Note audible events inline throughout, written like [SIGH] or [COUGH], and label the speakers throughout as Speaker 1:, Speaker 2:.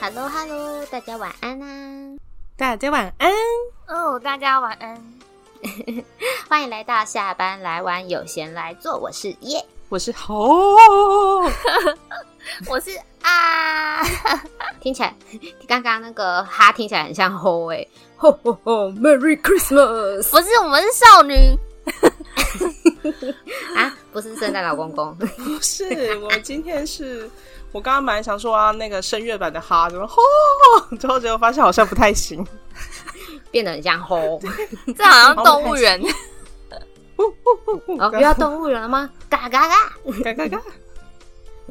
Speaker 1: Hello Hello，大家晚安啊啦、
Speaker 2: 大家晚安。
Speaker 1: 哦，大家晚安。 [LAUGHS] 欢迎来到下班来玩，有闲来做。我是耶，
Speaker 2: 我是
Speaker 3: [LAUGHS]
Speaker 2: 猴，
Speaker 1: 我是啊， [LAUGHS] 听起来刚刚那个哈听起来很像吼哎、
Speaker 2: 吼吼吼，Merry Christmas！
Speaker 1: 不是，我们是少女啊，不是圣诞老公公。
Speaker 2: 不是，我今天是我刚刚本来想说啊，那个声乐版的哈，怎么吼？之后结果发现好像不太行。
Speaker 1: [LAUGHS] 变得很像 [LAUGHS] 吼，
Speaker 3: 这好像动物园，
Speaker 1: 哦，又要动物园了吗？嘎嘎嘎，
Speaker 2: 嘎嘎嘎！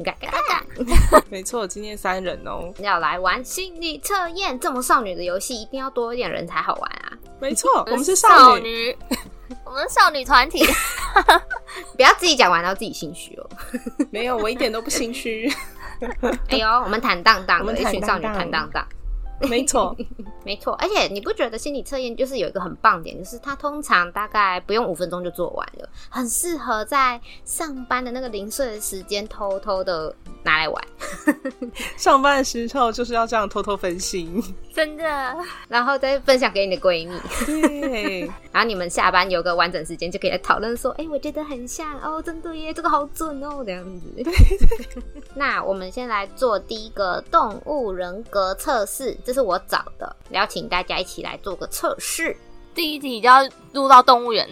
Speaker 1: 嘎嘎嘎！
Speaker 2: 没错，今天三人哦。
Speaker 1: 要来玩心理测验，这么少女的游戏一定要多一点人才好玩啊！
Speaker 2: 没
Speaker 3: [LAUGHS]
Speaker 2: 错，我们是
Speaker 3: 少
Speaker 2: 少女。
Speaker 3: 女，我们是少女团体，
Speaker 1: [LAUGHS] 不要自己讲完然后自己心虚哦。
Speaker 2: 没有，我一点都不心
Speaker 3: [LAUGHS]
Speaker 2: 虚。
Speaker 1: 哎呦，我们坦荡荡
Speaker 2: 我
Speaker 1: 的，
Speaker 2: 们
Speaker 1: 一群少女坦
Speaker 2: 坦
Speaker 1: 荡
Speaker 2: 荡
Speaker 1: 荡，
Speaker 2: 没错，
Speaker 1: 没错。而且你不觉得心理测验就是有一个很棒点，就是它通常大概不用五分钟就做完了，很适合在上班的那个零碎的时间偷偷的拿来玩。
Speaker 2: 上班的时候就是要这样偷偷分心。
Speaker 3: 真的。
Speaker 1: 然后再分享给你的闺蜜，
Speaker 3: [LAUGHS]
Speaker 2: 对，
Speaker 1: 然后你们下班有个完整时间就可以来讨论说，哎、我觉得很像哦，真的耶，这个好准哦，这样子。 [LAUGHS] 那我们先来做第一个动物人格测试，这是我找的，邀请大家一起来做个测试。
Speaker 3: 第一题就要入到动物园，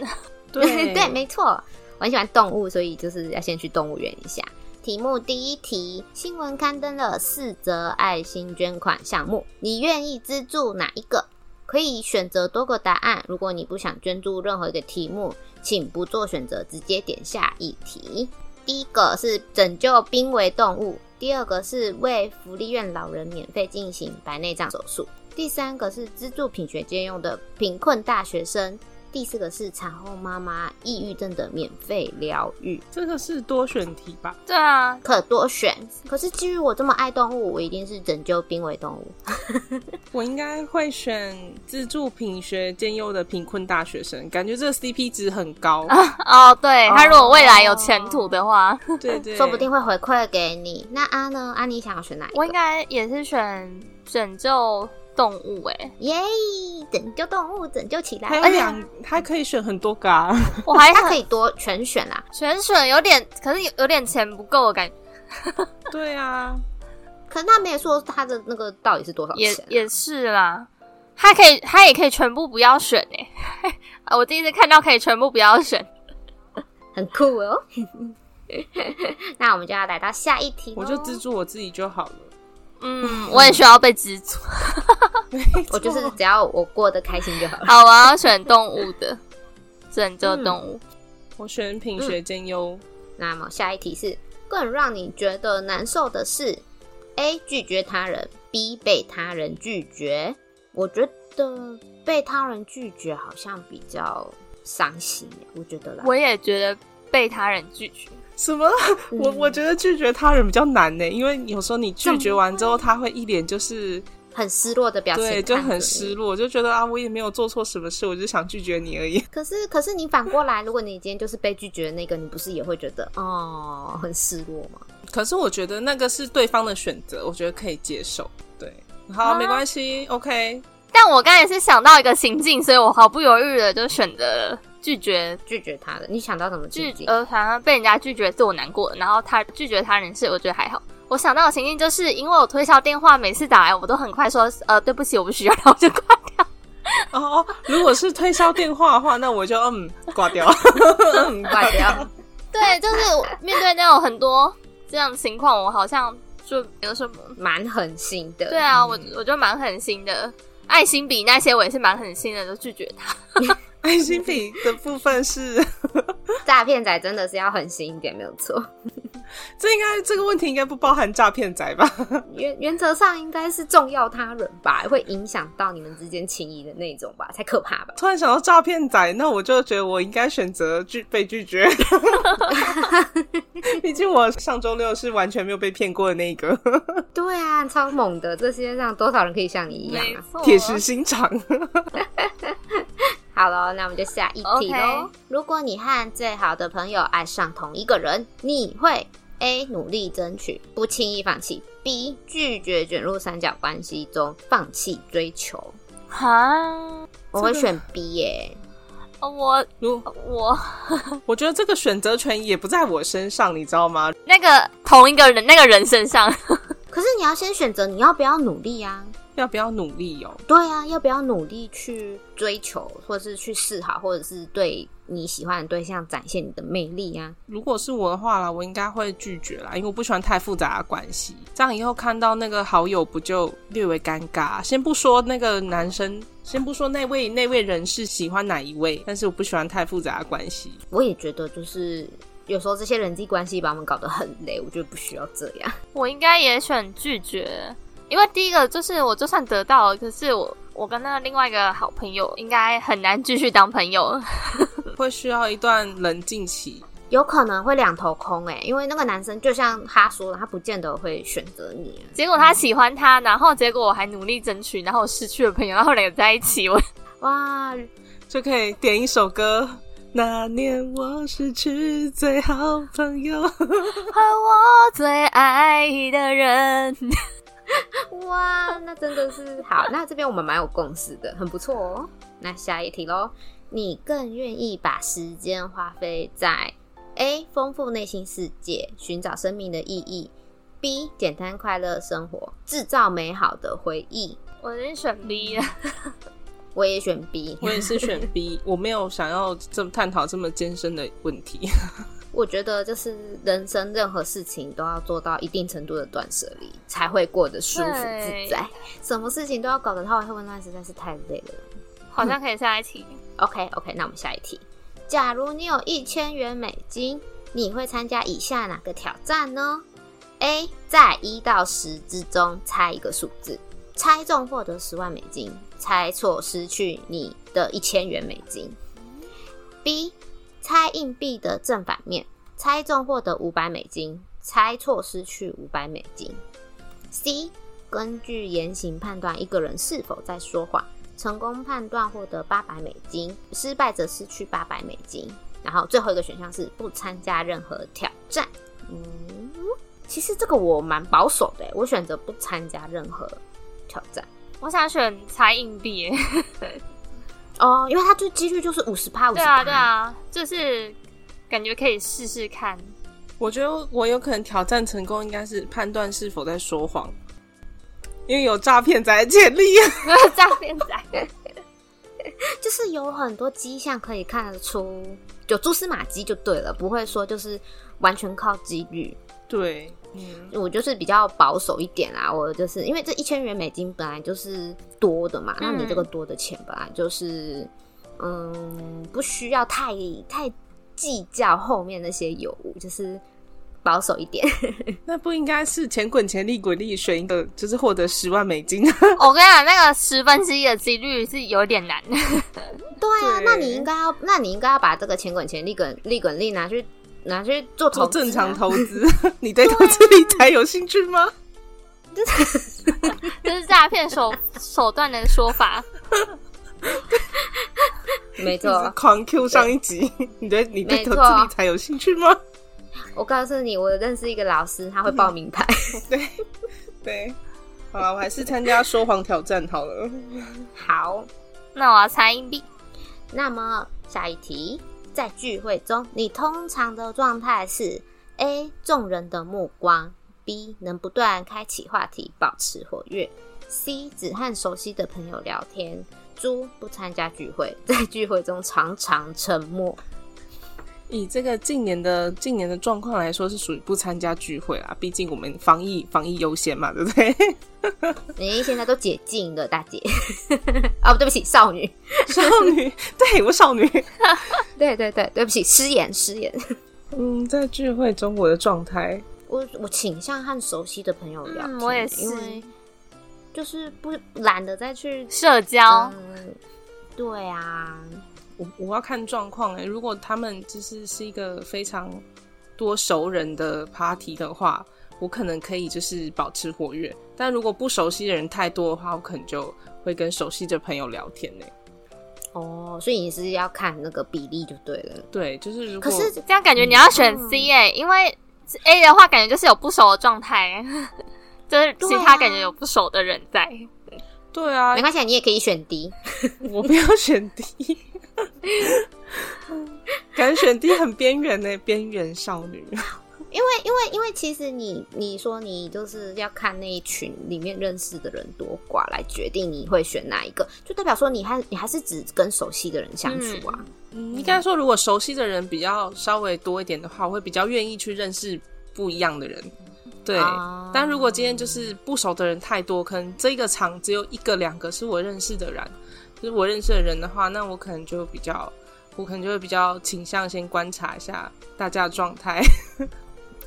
Speaker 2: 对
Speaker 1: [LAUGHS] 对，没错，我很喜欢动物，所以就是要先去动物园一下。题目第一题：新闻刊登了四则爱心捐款项目，你愿意资助哪一个？可以选择多个答案。如果你不想捐助任何一个题目，请不做选择，直接点下一题。第一个是拯救濒危动物，第二个是为福利院老人免费进行白内障手术，第三个是资助品学兼用的贫困大学生，第四个是产后妈妈抑郁症的免费疗愈。
Speaker 2: 这个是多选题吧？
Speaker 3: 对啊，
Speaker 1: 可多选，可是基于我这么爱动物，我一定是拯救濒危动物。
Speaker 2: 我应该会选自助品学兼优的贫困大学生，感觉这个 CP 值很高。
Speaker 1: 啊
Speaker 3: 哦，对
Speaker 2: 哦
Speaker 3: 他如果未来有前途的话，
Speaker 2: 对对，
Speaker 1: 说不定会回馈给你。那阿呢？阿你想要选哪一个？
Speaker 3: 我应该也是选拯救动物、欸，
Speaker 1: 耶拯救动物，拯救起来
Speaker 2: 还。有
Speaker 1: 而且
Speaker 2: 两，还可以选很多
Speaker 1: [LAUGHS]
Speaker 2: 个啊。
Speaker 3: [LAUGHS] 我还
Speaker 1: 它
Speaker 3: 很
Speaker 1: 可以多全选啦，
Speaker 3: 全选有点，可是有有点钱不够的感觉，
Speaker 2: 对啊，
Speaker 1: 可是他没有说他的那个到底是多少
Speaker 3: 也
Speaker 1: 钱。啊
Speaker 3: 也是啦。他可以，他也可以全部不要选哎、啊 [LAUGHS] 我第一次看到可以全部不要选，
Speaker 1: 很酷哦。 [LAUGHS] 那我们就要来到下一题咯，
Speaker 2: 我就资助我自己就好了。
Speaker 3: 嗯， [LAUGHS] 我也需要被资 [LAUGHS] 助。
Speaker 1: 哦我就是只要我过得开心就好了。
Speaker 3: 好，我要选动物的，拯救动物。
Speaker 2: 我选品学兼优，
Speaker 1: 那么下一题是更让你觉得难受的是：A. 拒绝他人；B. 被他人拒绝。我觉得被他人拒绝好像比较伤心，我觉得啦。
Speaker 3: 我也觉得被他人拒绝，
Speaker 2: 什么？
Speaker 1: 嗯
Speaker 2: 我我觉得拒绝他人比较难呢，因为有时候你拒绝完
Speaker 1: 嗯
Speaker 2: 之后，他会一脸就是
Speaker 1: 很失落的表情，
Speaker 2: 对，就很失。落，就觉得啊，我也没有做错什么事，我就想拒绝你而已。
Speaker 1: 可是，可是你反过来，如果你今天就是被拒绝的那个，你不是也会觉得哦很失落吗？
Speaker 2: 可是我觉得那个是对方的选择，我觉得可以接受。对，好，
Speaker 3: 啊
Speaker 2: 没关系，OK，
Speaker 3: 但我刚才是想到一个情境，所以我毫不犹豫的就选择了拒绝
Speaker 1: 拒绝他的，你想到什么
Speaker 3: 拒
Speaker 1: 情景？
Speaker 3: 呃，反而被人家拒绝是我难过的，然后他拒绝他人是我觉得还好。我想到的情境就是因为我推销电话每次打来，我都很快说呃对不起我不需要，然后就挂掉。
Speaker 2: 哦，哦，如果是推销电话的话，那我就嗯挂掉，嗯
Speaker 1: 挂掉。
Speaker 3: 对，就是我面对那种很多这样的情况，我好像就有什么
Speaker 1: 蛮狠心的。
Speaker 3: 对啊啊，我我就蛮狠心的，爱心比那些我也是蛮狠心的，就拒绝他。
Speaker 2: 爱心笔的部分是，
Speaker 1: 诈骗仔真的是要狠心一点，没有错。
Speaker 2: 这应该这个问题应该不包含诈骗仔吧？
Speaker 1: 原原则上应该是重要他人吧，会影响到你们之间情谊的那种吧，才可怕吧？
Speaker 2: 突然想到诈骗仔，那我就觉得我应该选择拒被拒绝。毕竟我上周六是完全没有被骗过的那个，
Speaker 1: 对啊，超猛的，这世界上多少人可以像你一样
Speaker 3: 没
Speaker 1: 啊？
Speaker 3: 错，
Speaker 2: 铁 [LAUGHS] 石心肠。
Speaker 1: 好了，那我们就下一题喽
Speaker 3: OK。
Speaker 1: 如果你和最好的朋友爱上同一个人，你会 A 努力争取，不轻易放弃；B 拒绝卷入三角关系中，放弃追求。
Speaker 3: 哈，
Speaker 1: 我会选 B 耶、
Speaker 3: 我
Speaker 2: 如
Speaker 3: 我
Speaker 2: 我觉得这个选择权也不在我身上，你知道吗？
Speaker 3: 那个同一个人那个人身上，
Speaker 1: 可是你要先选择你要不要努力啊。
Speaker 2: 要不要努力哦？
Speaker 1: 对啊，要不要努力去追求，或是去示好，或者是对你喜欢的对象展现你的魅力啊？
Speaker 2: 如果是我的话啦，我应该会拒绝啦，因为我不喜欢太复杂的关系。这样以后看到那个好友，不就略微尴尬？先不说那个男生，先不说那位那位人士喜欢哪一位，但是我不喜欢太复杂的关系。
Speaker 1: 我也觉得，就是有时候这些人际关系把我们搞得很累，我觉得不需要这样。
Speaker 3: [LAUGHS] 我应该也选拒绝，因为第一个就是我就算得到了，可是我我跟那另外一个好朋友应该很难继续当朋友。 [LAUGHS]
Speaker 2: 会需要一段冷静期。
Speaker 1: 有可能会两头空哎、因为那个男生就像他说的，他不见得会选择你、啊。
Speaker 3: 结果他喜欢他，然后结果我还努力争取，然后我失去了朋友，然后两个在一起，我 [LAUGHS]
Speaker 1: 哇，
Speaker 2: 就可以点一首歌。那年我失去最好朋友，
Speaker 3: 和我最爱的人。 [LAUGHS]
Speaker 1: 哇，那真的是好。那这边我们蛮有共识的，很不错哦。那下一题喽，你更愿意把时间花费在 A 丰富内心世界，寻找生命的意义；B 简单快乐生活，制造美好的回忆。
Speaker 3: 我已经选 B 了，
Speaker 1: 我也选 B，
Speaker 2: [LAUGHS] 我也是选 B。我没有想要这么探讨这么艰深的问题。
Speaker 1: 我觉得就是人生任何事情都要做到一定程度的断舍离，才会过得舒服自在。什么事情都要搞得太混乱，实在是太累了。
Speaker 3: 好像可以下一题。
Speaker 1: OK OK，那我们下一题。假如你有一千元美金，你会参加以下哪个挑战呢？A 在一到十之中猜一个数字，猜中获得十万美金，猜错失去你的一千元美金。B 猜硬币的正反面，猜中获得五百美金，猜错失去五百美金。C 根据言行判断一个人是否在说谎，成功判断获得八百美金，失败者失去八百美金。然后最后一个选项是不参加任何挑战。嗯，其实这个我蛮保守的，欸我选择不参加任何挑战。
Speaker 3: 我想选猜硬币 [LAUGHS] 耶，
Speaker 1: 哦，因为它最几率就是五十趴，五十
Speaker 3: 对啊对，啊，就是感觉可以试试看。 [LAUGHS]
Speaker 2: 我觉得我有可能挑战成功，应该是判断是否在说谎，因为有诈骗仔的潜力。 [LAUGHS]
Speaker 3: 诈骗仔，
Speaker 1: 就是有很多迹象可以看得出，有蛛丝马迹就对了，不会说就是完全靠几率。
Speaker 2: 对，嗯，
Speaker 1: 我就是比较保守一点啦，我就是因为这一千元美金本来就是多的嘛，那你这个多的钱本来就是，嗯，不需要太太计较后面那些有无，就是保守一点。 [LAUGHS]
Speaker 2: 那不应该是钱滚钱，利滚利，选一个就是获得十万美金。
Speaker 3: 我跟你讲，那个十分之一的几率是有点难。
Speaker 1: 对啊，
Speaker 2: 对
Speaker 1: 那你应该要，那你应该要把这个钱滚钱，利滚利滚利拿去拿去做投
Speaker 2: 做
Speaker 1: 资啊、
Speaker 2: 正常投 [LAUGHS] 资，你对投资理财有兴趣吗？
Speaker 3: 这是诈骗手手段的说法。
Speaker 1: 没
Speaker 2: 就是
Speaker 1: 错。
Speaker 2: 狂 Q 上一集，你啊对你对
Speaker 1: 没
Speaker 2: 投
Speaker 1: 错
Speaker 2: 资理财有兴趣吗？
Speaker 1: 我告诉你，我认识一个老师，他会报名牌。
Speaker 2: 对对，好了，我还是参加说谎挑战好了。
Speaker 1: [LAUGHS] 好，
Speaker 3: 那我要猜硬币，
Speaker 1: 那么下一题，在聚会中，你通常的状态是：A. 众人的目光；B. 能不断开启话题，保持活跃；C. 只和熟悉的朋友聊天。 [LAUGHS] 猪不参加聚会，在聚会中常常沉默。
Speaker 2: 以这个近年的近年的状况来说，是属于不参加聚会啦，毕竟我们防疫防疫优先嘛，对不对？
Speaker 1: 诶、现在都解禁了，大姐。 [LAUGHS] 哦，对不起，少女。
Speaker 2: 少女， [LAUGHS] 对我少女，
Speaker 1: 对对对，对不起，失言失言。
Speaker 2: 嗯，在聚会中我的状态，
Speaker 1: 我我倾向和熟悉的朋友聊天、
Speaker 3: 嗯我也是
Speaker 1: 因为就是不懒得再去。
Speaker 3: 社交，
Speaker 1: 嗯，对啊，
Speaker 2: 我我要看状况哎。如果他们就是是一个非常多熟人的 party 的话，我可能可以就是保持活跃。但如果不熟悉的人太多的话，我可能就会跟熟悉的朋友聊天欸呢。
Speaker 1: 哦，所以你是要看那个比例就对了。
Speaker 2: 对，就是如果
Speaker 1: 可是
Speaker 3: 这样感觉你要选
Speaker 1: 嗯
Speaker 3: C 哎、因为 A 的话感觉就是有不熟的状态， [LAUGHS] 就是其他感觉有不熟的人在。
Speaker 2: 对啊
Speaker 1: 没，关系，你也可以选 D。
Speaker 2: 我不要选 [LAUGHS] D，敢选 D 很边缘呢，边缘少女。
Speaker 1: 因为因为因为其实你你说你就是要看那一群里面认识的人多寡来决定你会选哪一个，就代表说你还你还是只跟熟悉的人相处啊。
Speaker 2: 嗯，应该说，如果熟悉的人比较稍微多一点的话，我会比较愿意去认识不一样的人。对，
Speaker 1: 啊
Speaker 2: 但如果今天就是不熟的人太多，可能这个场只有一个两个是我认识的人，就是我认识的人的话，那我可能就比较，我可能就会比较倾向先观察一下大家的状态，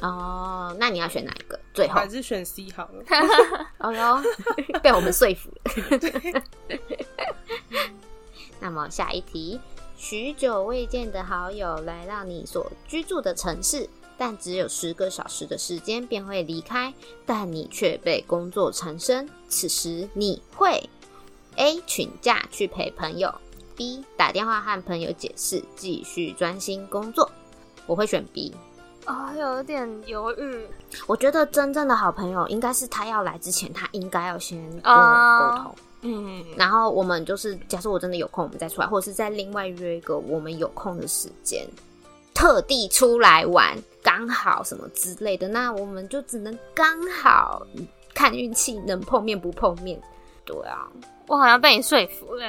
Speaker 1: 哦，那你要选哪一个？最
Speaker 2: 我
Speaker 1: 后
Speaker 2: [LAUGHS] 还，是选 C 好了。
Speaker 1: 哦 [LAUGHS] 哟，被我们说服了。 [LAUGHS] 那么下一题，许久未见的好友来到你所居住的城市，但只有十个小时的时间便会离开，但你却被工作缠身。此时你会 A 请假去陪朋友，B 打电话和朋友解释，继续专心工作。我会选 B，
Speaker 3: 哦，有点犹豫。
Speaker 1: 我觉得真正的好朋友应该是他要来之前，他应该要先跟我
Speaker 3: 啊
Speaker 1: 沟通。
Speaker 2: 嗯，
Speaker 1: 然后我们就是，假设我真的有空，我们再出来，或者是再另外约一个我们有空的时间，特地出来玩，刚好什么之类的，那我们就只能刚好看运气，能碰面不碰面。对啊，
Speaker 3: 我好像被你说服了，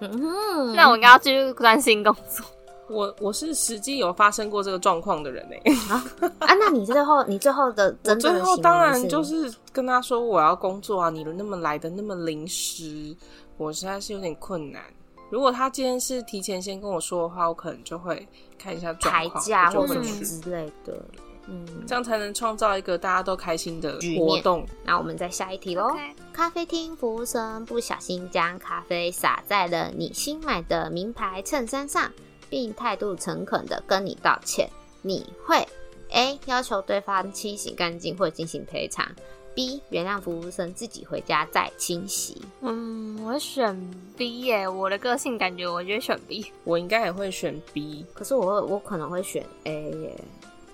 Speaker 1: 嗯哼，
Speaker 3: 那我应该要继续专心工作。
Speaker 2: 我我是实际有发生过这个状况的人欸呢、
Speaker 1: 啊，那你最后你最后的真正
Speaker 2: 最
Speaker 1: 的
Speaker 2: 后
Speaker 1: 行
Speaker 2: 当
Speaker 1: 为
Speaker 2: 然就是跟他说我要工作啊，你那么来的那么临时，我实在是有点困难。如果他今天是提前先跟我说的话，我可能就会看一下
Speaker 1: 抬
Speaker 2: 状况，
Speaker 1: 价或
Speaker 2: 我就
Speaker 1: 什
Speaker 2: 会
Speaker 1: 么
Speaker 2: 去，
Speaker 1: 之类的，嗯，
Speaker 2: 这样才能创造一个大家都开心的
Speaker 1: 局面
Speaker 2: 活动。
Speaker 1: 那我们再下一题喽。咖啡厅服务生不小心将咖啡洒在了你新买的名牌衬衫上，并态度诚恳的跟你道歉，你会 A 要求对方清洗干净或进行赔偿，B 原谅服务生自己回家再清洗。
Speaker 3: 嗯，我选 B 耶、我的个性感觉我觉得选 B。
Speaker 2: 我应该也会选 B，
Speaker 1: 可是我会我可能会选 A 耶，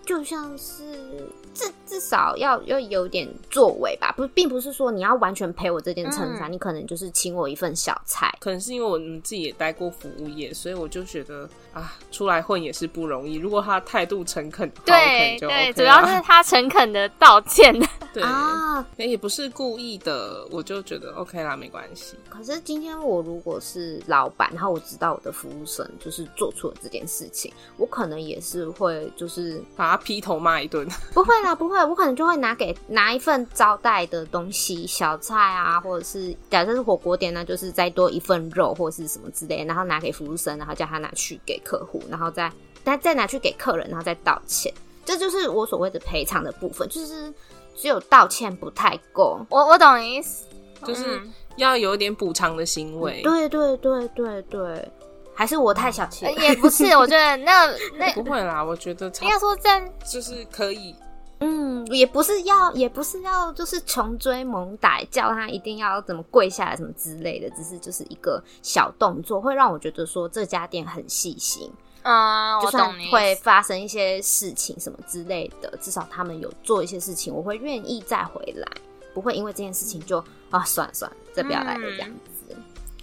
Speaker 1: 就像是至至少要要有点作为吧，不，并不是说你要完全赔我这件衬衫，
Speaker 3: 嗯
Speaker 1: 你可能就是请我一份小菜。
Speaker 2: 可能是因为我们自己也待过服务业，所以我就觉得啊，出来混也是不容易。如果他态度诚恳的话，我可
Speaker 3: 对
Speaker 2: 能就 OK 啦
Speaker 3: 对，主要是他诚恳的道歉。
Speaker 2: 对，
Speaker 1: 啊，
Speaker 2: 那也不是故意的，我就觉得 OK 啦，没关系。
Speaker 1: 可是今天我如果是老板，然后我知道我的服务生就是做错了这件事情，我可能也是会就是
Speaker 2: 把他劈头骂一顿。 [LAUGHS]
Speaker 1: 不会啦，不会，我可能就会拿给拿一份招待的东西，小菜啊，或者是假设是火锅店呢，就是再多一份肉或是什么之类的，然后拿给服务生，然后叫他拿去给客户，然后再再再拿去给客人，然后再道歉，这就是我所谓的赔偿的部分，就是只有道歉不太够，
Speaker 3: 我我懂你意思，
Speaker 2: 就是
Speaker 3: 嗯
Speaker 2: 要有一点补偿的行为。
Speaker 1: 对对对对对，还是我太小气了。
Speaker 3: 呃也不是，我觉得那那
Speaker 2: 不会啦，我觉得差
Speaker 3: 应该说真
Speaker 2: 就是可以。
Speaker 1: 嗯，也不是要，也不是要，就是穷追猛打，叫他一定要怎么跪下来什么之类的，只是就是一个小动作，会让我觉得说这家店很细心，
Speaker 3: 嗯，
Speaker 1: 就
Speaker 3: 我
Speaker 1: 算
Speaker 3: 懂你
Speaker 1: 会
Speaker 3: 意思。
Speaker 1: 发生一些事情什么之类的，至少他们有做一些事情，我会愿意再回来，不会因为这件事情就啊算了算了，再不要来了
Speaker 3: 嗯
Speaker 1: 这样子。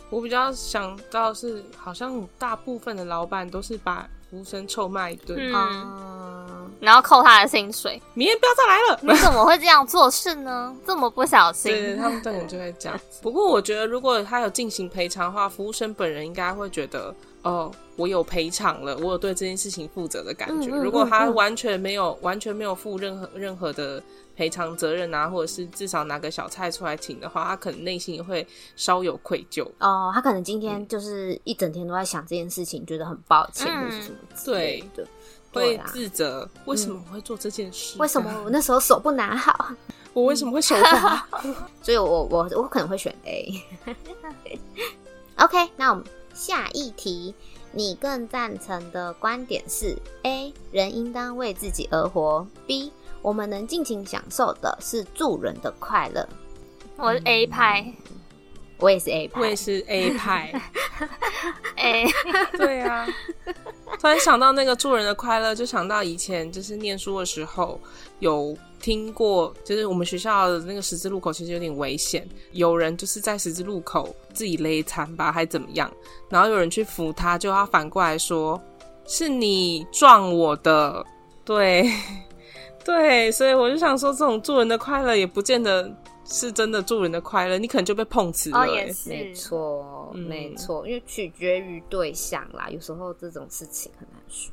Speaker 2: 我比较想到是，好像大部分的老板都是把服务生臭骂一顿。
Speaker 3: 嗯
Speaker 1: 嗯，
Speaker 3: 然后扣他的薪
Speaker 2: [LAUGHS]
Speaker 3: 水。
Speaker 2: 明天不要再来
Speaker 3: 你
Speaker 2: 了。
Speaker 3: 怎么会这样做事呢？这么不小
Speaker 2: 对，
Speaker 3: 心，
Speaker 2: 他们这种就会这样。 [LAUGHS] 不过我觉得，如果他有进行赔偿的话，服务生本人应该会觉得，哦，我有赔偿了，我有对这件事情负责的感觉。
Speaker 3: 嗯嗯嗯
Speaker 2: 如果他
Speaker 3: 嗯
Speaker 2: 完全没有、完全没有负任何任何的赔偿责任啊，或者是至少拿个小菜出来请的话，他可能内心也会稍有愧疚。
Speaker 1: 哦，他可能今天就是一整天都在想这件事情，觉得很抱歉
Speaker 3: 嗯
Speaker 1: 或是什么之类的。对
Speaker 2: 会
Speaker 1: 啊，
Speaker 2: 自责，为什么我会做这件事？
Speaker 1: 为什么我那时候手不拿好？
Speaker 2: 我为什么会手滑？
Speaker 1: 所以我我我可能会选 A。OK，那我们下一题，你更赞成的观点是 A 人应当为自己而活，B 我们能尽情享受的是助人的快乐。
Speaker 3: 我是 A 派，
Speaker 1: 我也是 A
Speaker 2: 我也
Speaker 1: 派，
Speaker 2: 是 A 派。
Speaker 3: 哎，
Speaker 2: [LAUGHS] 对啊，突然想到那个助人的快乐，就想到以前就是念书的时候有听过，就是我们学校的那个十字路口其实有点危险，有人就是在十字路口自己勒残吧，还怎么样，然后有人去扶他，就他反过来说是你撞我的，对对，所以我就想说，这种助人的快乐也不见得是真的助人的快乐，你可能就被碰瓷了、
Speaker 3: 哦也
Speaker 2: 欸
Speaker 3: 是
Speaker 1: 没错，
Speaker 2: 嗯
Speaker 1: 没错，因为取决于对象啦，有时候这种事情很难说。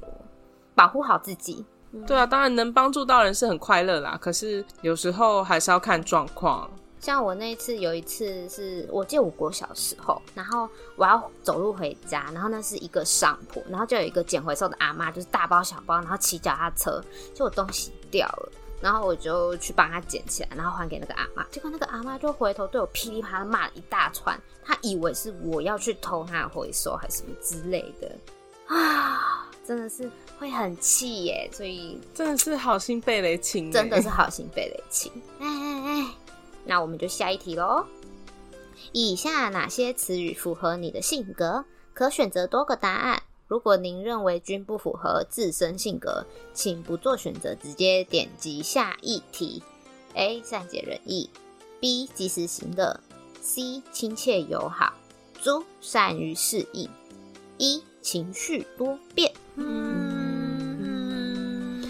Speaker 1: 保护好自己，
Speaker 2: 对啊，当然能帮助到人是很快乐啦，可是有时候还是要看状况。
Speaker 1: 像我那一次有一次是我记得我国小时候，然后我要走路回家，然后那是一个上坡，然后就有一个捡回收的阿妈，就是大包小包，然后骑脚踏车，就我东西掉了。然后我就去帮她捡起来，然后还给那个阿妈。结果那个阿妈就回头对我噼里啪啦骂了一大串，她以为是我要去偷她的回收还是什么之类的啊，真的是会很气耶。所以
Speaker 2: 真的是好心被雷请欸、
Speaker 1: 真的是好心被雷劈。哎哎哎，那我们就下一题喽。以下哪些词语符合你的性格？可选择多个答案。如果您认为均不符合自身性格，请不做选择，直接点击下一题。A. 善解人意；B. 及时行乐；C. 亲切友好；D. 善于适应；E. 情绪多变。 [LAUGHS]
Speaker 3: 嗯，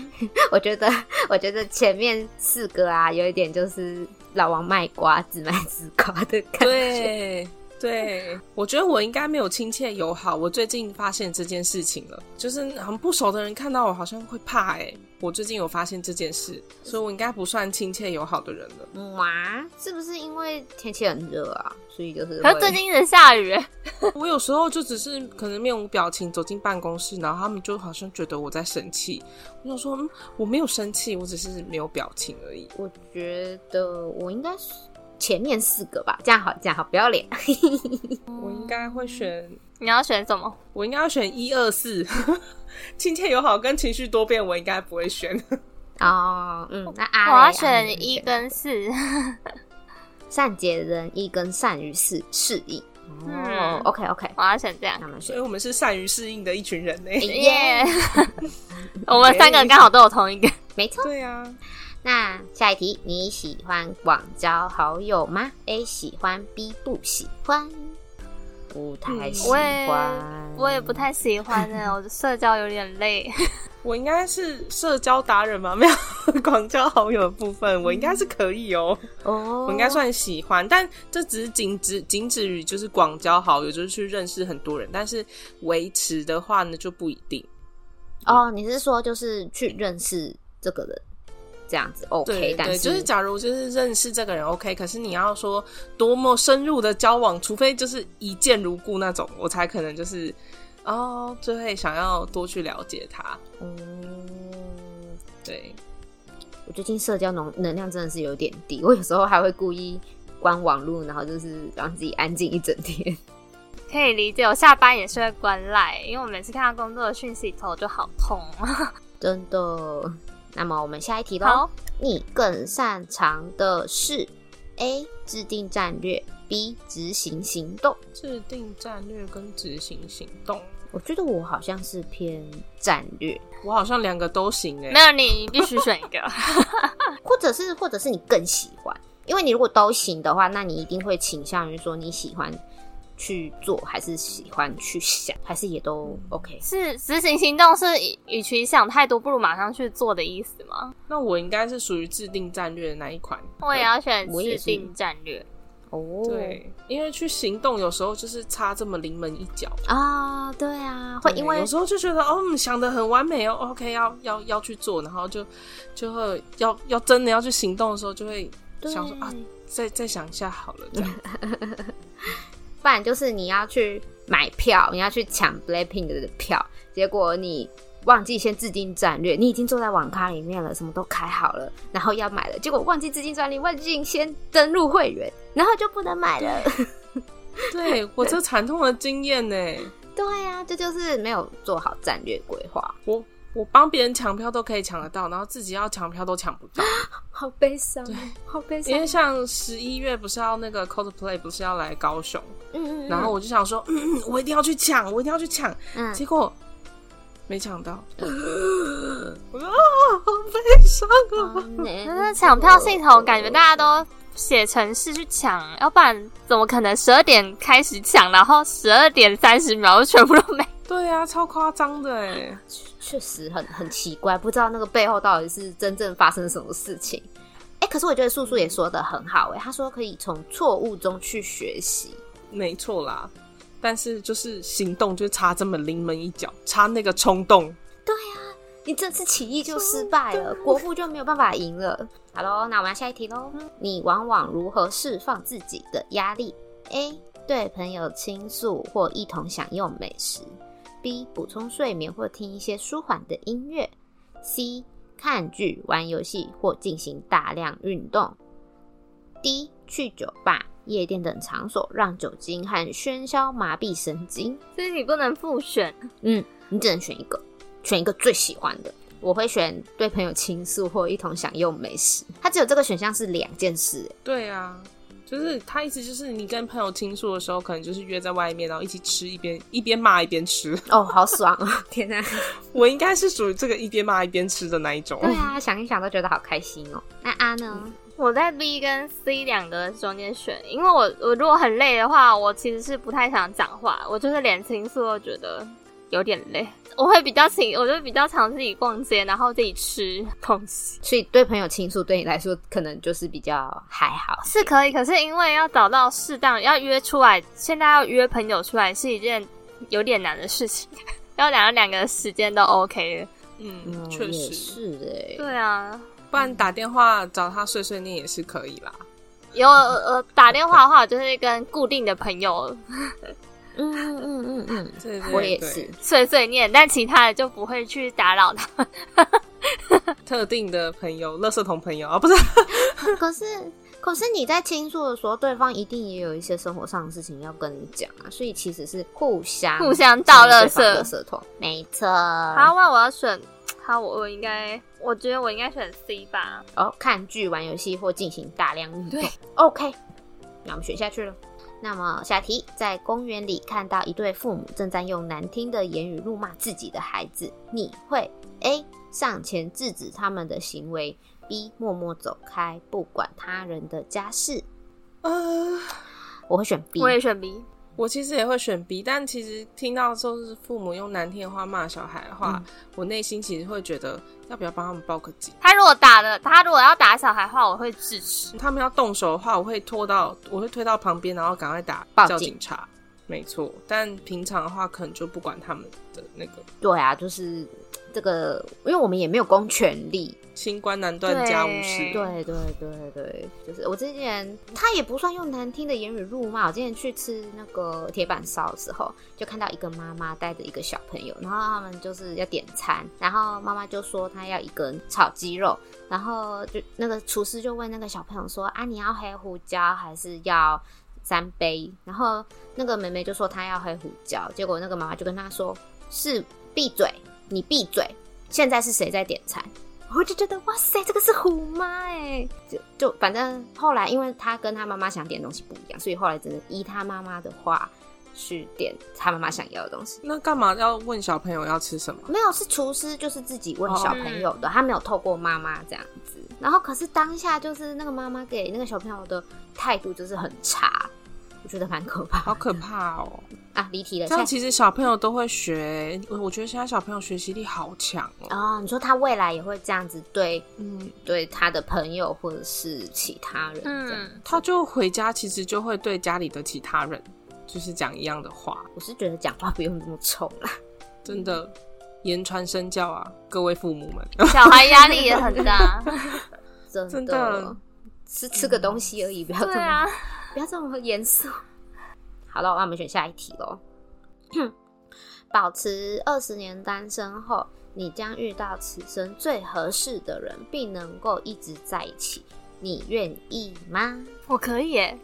Speaker 1: 我觉得， [LAUGHS] 我觉得前面四个啊，有一点就是老王卖瓜，自卖自夸的感觉。
Speaker 2: [LAUGHS] 对。对，我觉得我应该没有亲切友好。我最近发现这件事情了，就是很不熟的人看到我好像会怕哎、我最近有发现这件事，所以我应该不算亲切友好的人了。
Speaker 1: 嗯哇，是不是因为天气很热啊，所以就是会？
Speaker 3: 可是最近一直下雨， [LAUGHS] 哎
Speaker 2: 我有时候就只是可能面无表情走进办公室，然后他们就好像觉得我在生气。我想说，嗯，我没有生气，我只是没有表情而已。
Speaker 1: 我觉得我应该是前面四个吧，这样好，这样好，不要脸。 [LAUGHS]
Speaker 2: 我应该会选，
Speaker 3: 你要选什么？
Speaker 2: 我应该要选一二四， [LAUGHS] 亲切友好跟情绪多变，我应该不会选。
Speaker 1: 哦，嗯，那
Speaker 3: 我
Speaker 1: 阿雷
Speaker 3: 要
Speaker 1: 阿雷
Speaker 3: 选
Speaker 1: 你
Speaker 3: 一
Speaker 1: 选
Speaker 3: 跟四， [LAUGHS]
Speaker 1: 善解人意跟善于适适应。哦
Speaker 3: 嗯，
Speaker 1: ，OK OK，
Speaker 3: 我要选这样
Speaker 1: 那。我们
Speaker 2: 所
Speaker 1: 选
Speaker 2: 以我们是善于适应的一群人呢、
Speaker 3: 耶！ [LAUGHS] 我们三个人刚好都有同一个，
Speaker 1: [LAUGHS] 没错。
Speaker 2: 对啊，
Speaker 1: 那下一题，你喜欢广交好友吗？A 喜欢，B 不喜欢，不太喜
Speaker 3: 我
Speaker 1: 欢
Speaker 3: 也。嗯我也不太喜欢呢、我的社交有点累。
Speaker 2: 我应该是社交达人嘛，没有广交好友的部分，我应该是可以哦、
Speaker 1: 哦，
Speaker 2: 我应该算喜欢，但这只是仅止仅止于就是广交好友，就是去认识很多人，但是维持的话呢就不一定。
Speaker 1: 哦，你是说就是去认识这个人这样子 OK？
Speaker 2: 对
Speaker 1: 但
Speaker 2: 对，就是假如就是认识这个人 OK，可是你要说多么深入的交往，除非就是一见如故那种，我才可能就是哦，就会想要多去了解他。
Speaker 1: 嗯，
Speaker 2: 对，
Speaker 1: 我最近社交能能量真的是有点低，我有时候还会故意关网络，然后就是让自己安静一整天。 [LAUGHS]
Speaker 3: 可以理解，我下班也是会关赖，因为我每次看到工作的讯息，头就好痛。
Speaker 1: 真的。那么我们下一题喽
Speaker 3: 好。，
Speaker 1: 你更擅长的是 A 制定战略，B 执行行动。
Speaker 2: 制定战略跟执行行动，
Speaker 1: 我觉得我好像是偏战略，
Speaker 2: 我好像两个都行哎、
Speaker 3: 没有你必须选一 [LAUGHS] 个。
Speaker 1: 或者是或者是你更喜欢，因为你如果都行的话，那你一定会倾向于说你喜欢去做，还是喜欢去想，还是也
Speaker 2: 嗯
Speaker 1: 都 OK。
Speaker 3: 是执行行动是与与其想太多，不如马上去做的意思吗？
Speaker 2: 那我应该是属于制定战略的那一款。
Speaker 3: 我也要选
Speaker 1: 我也
Speaker 3: 制
Speaker 1: 是
Speaker 3: 定战略，
Speaker 1: 哦，
Speaker 2: 对，因为去行动有时候就是差这么临门一脚，
Speaker 1: 啊、对啊，会
Speaker 2: 对
Speaker 1: 因为
Speaker 2: 有时候就觉得哦，嗯想的很完美哦，OK，要要要去做，然后就就会要要真的要去行动的时候，就会
Speaker 1: 对
Speaker 2: 想说啊，再再想一下好了，
Speaker 1: [LAUGHS]
Speaker 2: 这样
Speaker 1: 不然就是你要去买票，你要去抢 Blackpink 的票，结果你忘记先制定战略，你已经坐在网咖里面了，什么都开好了，然后要买了，结果忘记制定战略，忘记先登录会员，然后就不能买了。
Speaker 2: 对我这惨痛的经验呢，
Speaker 1: [LAUGHS] 对呀、啊，这就是没有做好战略规划，
Speaker 2: 我我帮别人抢票都可以抢得到，然后自己要抢票都抢不
Speaker 1: [LAUGHS]
Speaker 2: 到，
Speaker 1: 好悲伤，好悲伤
Speaker 2: 因。为像十一月不是要那个 cosplay 不是要来高雄，
Speaker 1: 嗯嗯，
Speaker 2: 然后我就想说，嗯，嗯我一定要去抢，我一定要去抢，
Speaker 1: 嗯，
Speaker 2: 结果没抢到， [GASPS] 我说啊，好悲伤
Speaker 3: 嗯
Speaker 2: 啊！
Speaker 1: 嗯
Speaker 3: 真的抢票系统感觉
Speaker 1: 大
Speaker 3: 大家都写程式去抢，要不然怎么可能十二点开始抢，然后十二点三十秒就全部都没？
Speaker 2: 对啊，超夸张的哎！
Speaker 1: 确实很很奇怪，不知道那个背后到底是真正发生什么事情。哎、可是我觉得素素也说的很好、哎，她说可以从错误中去学习。
Speaker 2: 没错啦，但是就是行动就差这么临门一脚，差那个冲动。
Speaker 1: 你这次起义就失败了，国父就没有办法赢了。好喽，那我们来下一题喽。你往往如何释放自己的压力？A. 对朋友倾诉或一同享用美食。B. 补充睡眠或听一些舒缓的音乐。C. 看剧、玩游戏或进行大量运动。D. 去酒吧、夜店等场所，让酒精和喧嚣麻痹神经。
Speaker 3: 所以你不能复选，
Speaker 1: 嗯，你只能选一个，选一个最喜欢的。我会选对朋友倾诉或一同享用美食。它只有这个选项是两件事，欸
Speaker 2: 对啊，就是他意思就是你跟朋友倾诉的时候，可能就是约在外面，然后一起吃，一边一边骂一边吃。 [LAUGHS]
Speaker 1: 哦，好爽啊！ [LAUGHS] 天哪，
Speaker 2: 我应该是属于这个一边骂一边吃的那一种。
Speaker 1: 对啊，想一想都觉得好开心哦。那阿呢？
Speaker 3: 我在 B 跟 C 两个中间选，因为我我如果很累的话，我其实是不太想讲话，我就是连倾诉都觉得有点累。我会比较请，我就比较常自己逛街，然后自己吃东西
Speaker 1: 所以对朋友倾诉对你来说，可能就是比较还好。
Speaker 3: 是可以，可是因为要找到适当要约出来，现在要约朋友出来是一件有点难的事情， [LAUGHS] 要两个两个时间都 OK 的。
Speaker 2: 嗯，
Speaker 1: 嗯
Speaker 2: 确
Speaker 1: 也
Speaker 2: 实，
Speaker 1: 是哎、
Speaker 3: 对啊，
Speaker 2: 不然打电话找他碎碎念也是可以啦。
Speaker 3: 有呃打电话的话，我就是跟固定的朋友
Speaker 1: 嗯嗯嗯嗯
Speaker 2: 对对
Speaker 1: 嗯，我也
Speaker 2: 对
Speaker 1: 是。
Speaker 3: 碎碎念，但其他的就不会去打扰他。
Speaker 2: 特定的朋友，垃圾桶朋友啊，不是
Speaker 1: 可是可是你在倾诉的时候，对方一定也有一些生活上的事情要跟你讲啊，所以其实是互相
Speaker 3: 互相倒垃圾
Speaker 1: 圾圾桶，没错。
Speaker 3: 好，
Speaker 1: 好
Speaker 3: 那我要选，好，我我应该，我觉得我应该选 C 吧。
Speaker 1: 哦，看剧、玩游戏或进行大量运动
Speaker 3: 对。
Speaker 1: OK，那我们选下去了。那么下题，在公园里看到一对父母正在用难听的言语辱骂自己的孩子，你会 A 上前制止他们的行为，B 默默走开，不管他人的家事。
Speaker 2: 呃，
Speaker 1: 我会选 B，
Speaker 3: 我也选 B，
Speaker 2: 我其实也会选 B，但其实听到就是父母用难听的话骂小孩的话，我内心其实会觉得要不要帮他们报个警？
Speaker 3: 他如果打了，他如果要打小孩的话，我会支持。
Speaker 2: 他们要动手的话，我会拖到，我会推到旁边，然后赶快打
Speaker 1: 报
Speaker 2: 叫
Speaker 1: 警
Speaker 2: 警察。没错，但平常的话，可能就不管他们的那个
Speaker 1: 对啊，就是这个，因为我们也没有公权力。
Speaker 2: 清官难断家务事。
Speaker 3: 对
Speaker 1: 对对对对，就是我之前他也不算用难听的言语辱骂。我之前去吃那个铁板烧的时候，就看到一个妈妈带着一个小朋友，然后他们就是要点餐，然后妈妈就说她要一个炒鸡肉，然后就那个厨师就问那个小朋友说啊，你要黑胡椒还是要三杯？然后那个妹妹就说她要黑胡椒，结果那个妈妈就跟她说是闭嘴，你闭嘴，现在是谁在点餐？我就觉得哇塞，这个是虎妈哎、就就反正后来，因为她跟她妈妈想点的东西不一样，所以后来只能依她妈妈的话去点她妈妈想要的东西。
Speaker 2: 那干嘛要问小朋友要吃什么？
Speaker 1: 没有，是厨师就是自己问小朋友的，他没有透过妈妈这样子。然后可是当下就是那个妈妈给那个小朋友的态度就是很差，我觉得蛮可怕
Speaker 2: 好可怕哦！
Speaker 1: 啊。离题了，
Speaker 2: 这样
Speaker 1: 下
Speaker 2: 其实小朋友都会学，我我觉得现在小朋友学习力好强哦。
Speaker 1: 啊、你说他未来也会这样子对
Speaker 2: 嗯，
Speaker 1: 对他的朋友或者是其他人这样？
Speaker 3: 嗯，
Speaker 2: 他就回家其实就会对家里的其他人就是讲一样的话，
Speaker 1: 我是觉得讲话不用这么冲啊啦。
Speaker 2: 真的言传身教啊，各位父母们，
Speaker 3: 嗯小孩压力也很大。啊
Speaker 1: 真的，
Speaker 2: 真的
Speaker 1: 是吃个东西而已，不要这
Speaker 3: 对
Speaker 1: 么、
Speaker 3: 啊，
Speaker 1: 不要这么严肃。好了，那我们选下一题喽。 [COUGHS] 保持二十年单身后，你将遇到此生最合适的人，并能够一直在一起，你愿意吗？
Speaker 3: 我可以耶，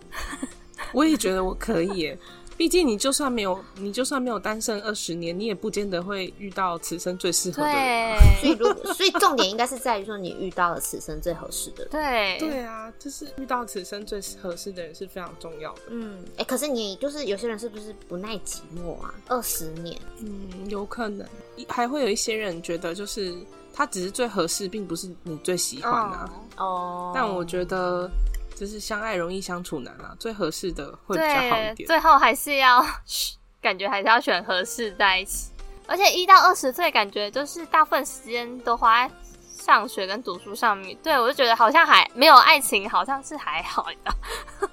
Speaker 2: 我也觉得我可以耶。毕竟你就算没有，你就算没有单身二十年，你也不见得会遇到此生最适合的人。
Speaker 1: 所以 [LAUGHS]
Speaker 3: 对
Speaker 1: 如果，所以重点应该是在于说，你遇到了此生最合适的人。
Speaker 3: 对
Speaker 2: 对啊，就是遇到此生最合适的人是非常重要的。
Speaker 1: 嗯，哎、可是你就是有些人是不是不耐寂寞啊？二十年，
Speaker 2: 嗯，有可能还会有一些人觉得，就是他只是最合适，并不是你最喜欢啊。
Speaker 3: 哦
Speaker 1: 哦
Speaker 2: 但我觉得，就是相爱容易相处难啊，最合适的会比较好一
Speaker 3: 对，
Speaker 2: 点。
Speaker 3: 最后还是要 [LAUGHS] 感觉还是要选合适在一起。而且一到二十岁，感觉就是大部分时间都花在上学跟读书上面。对我就觉得好像还没有爱情，好像是还好，你知道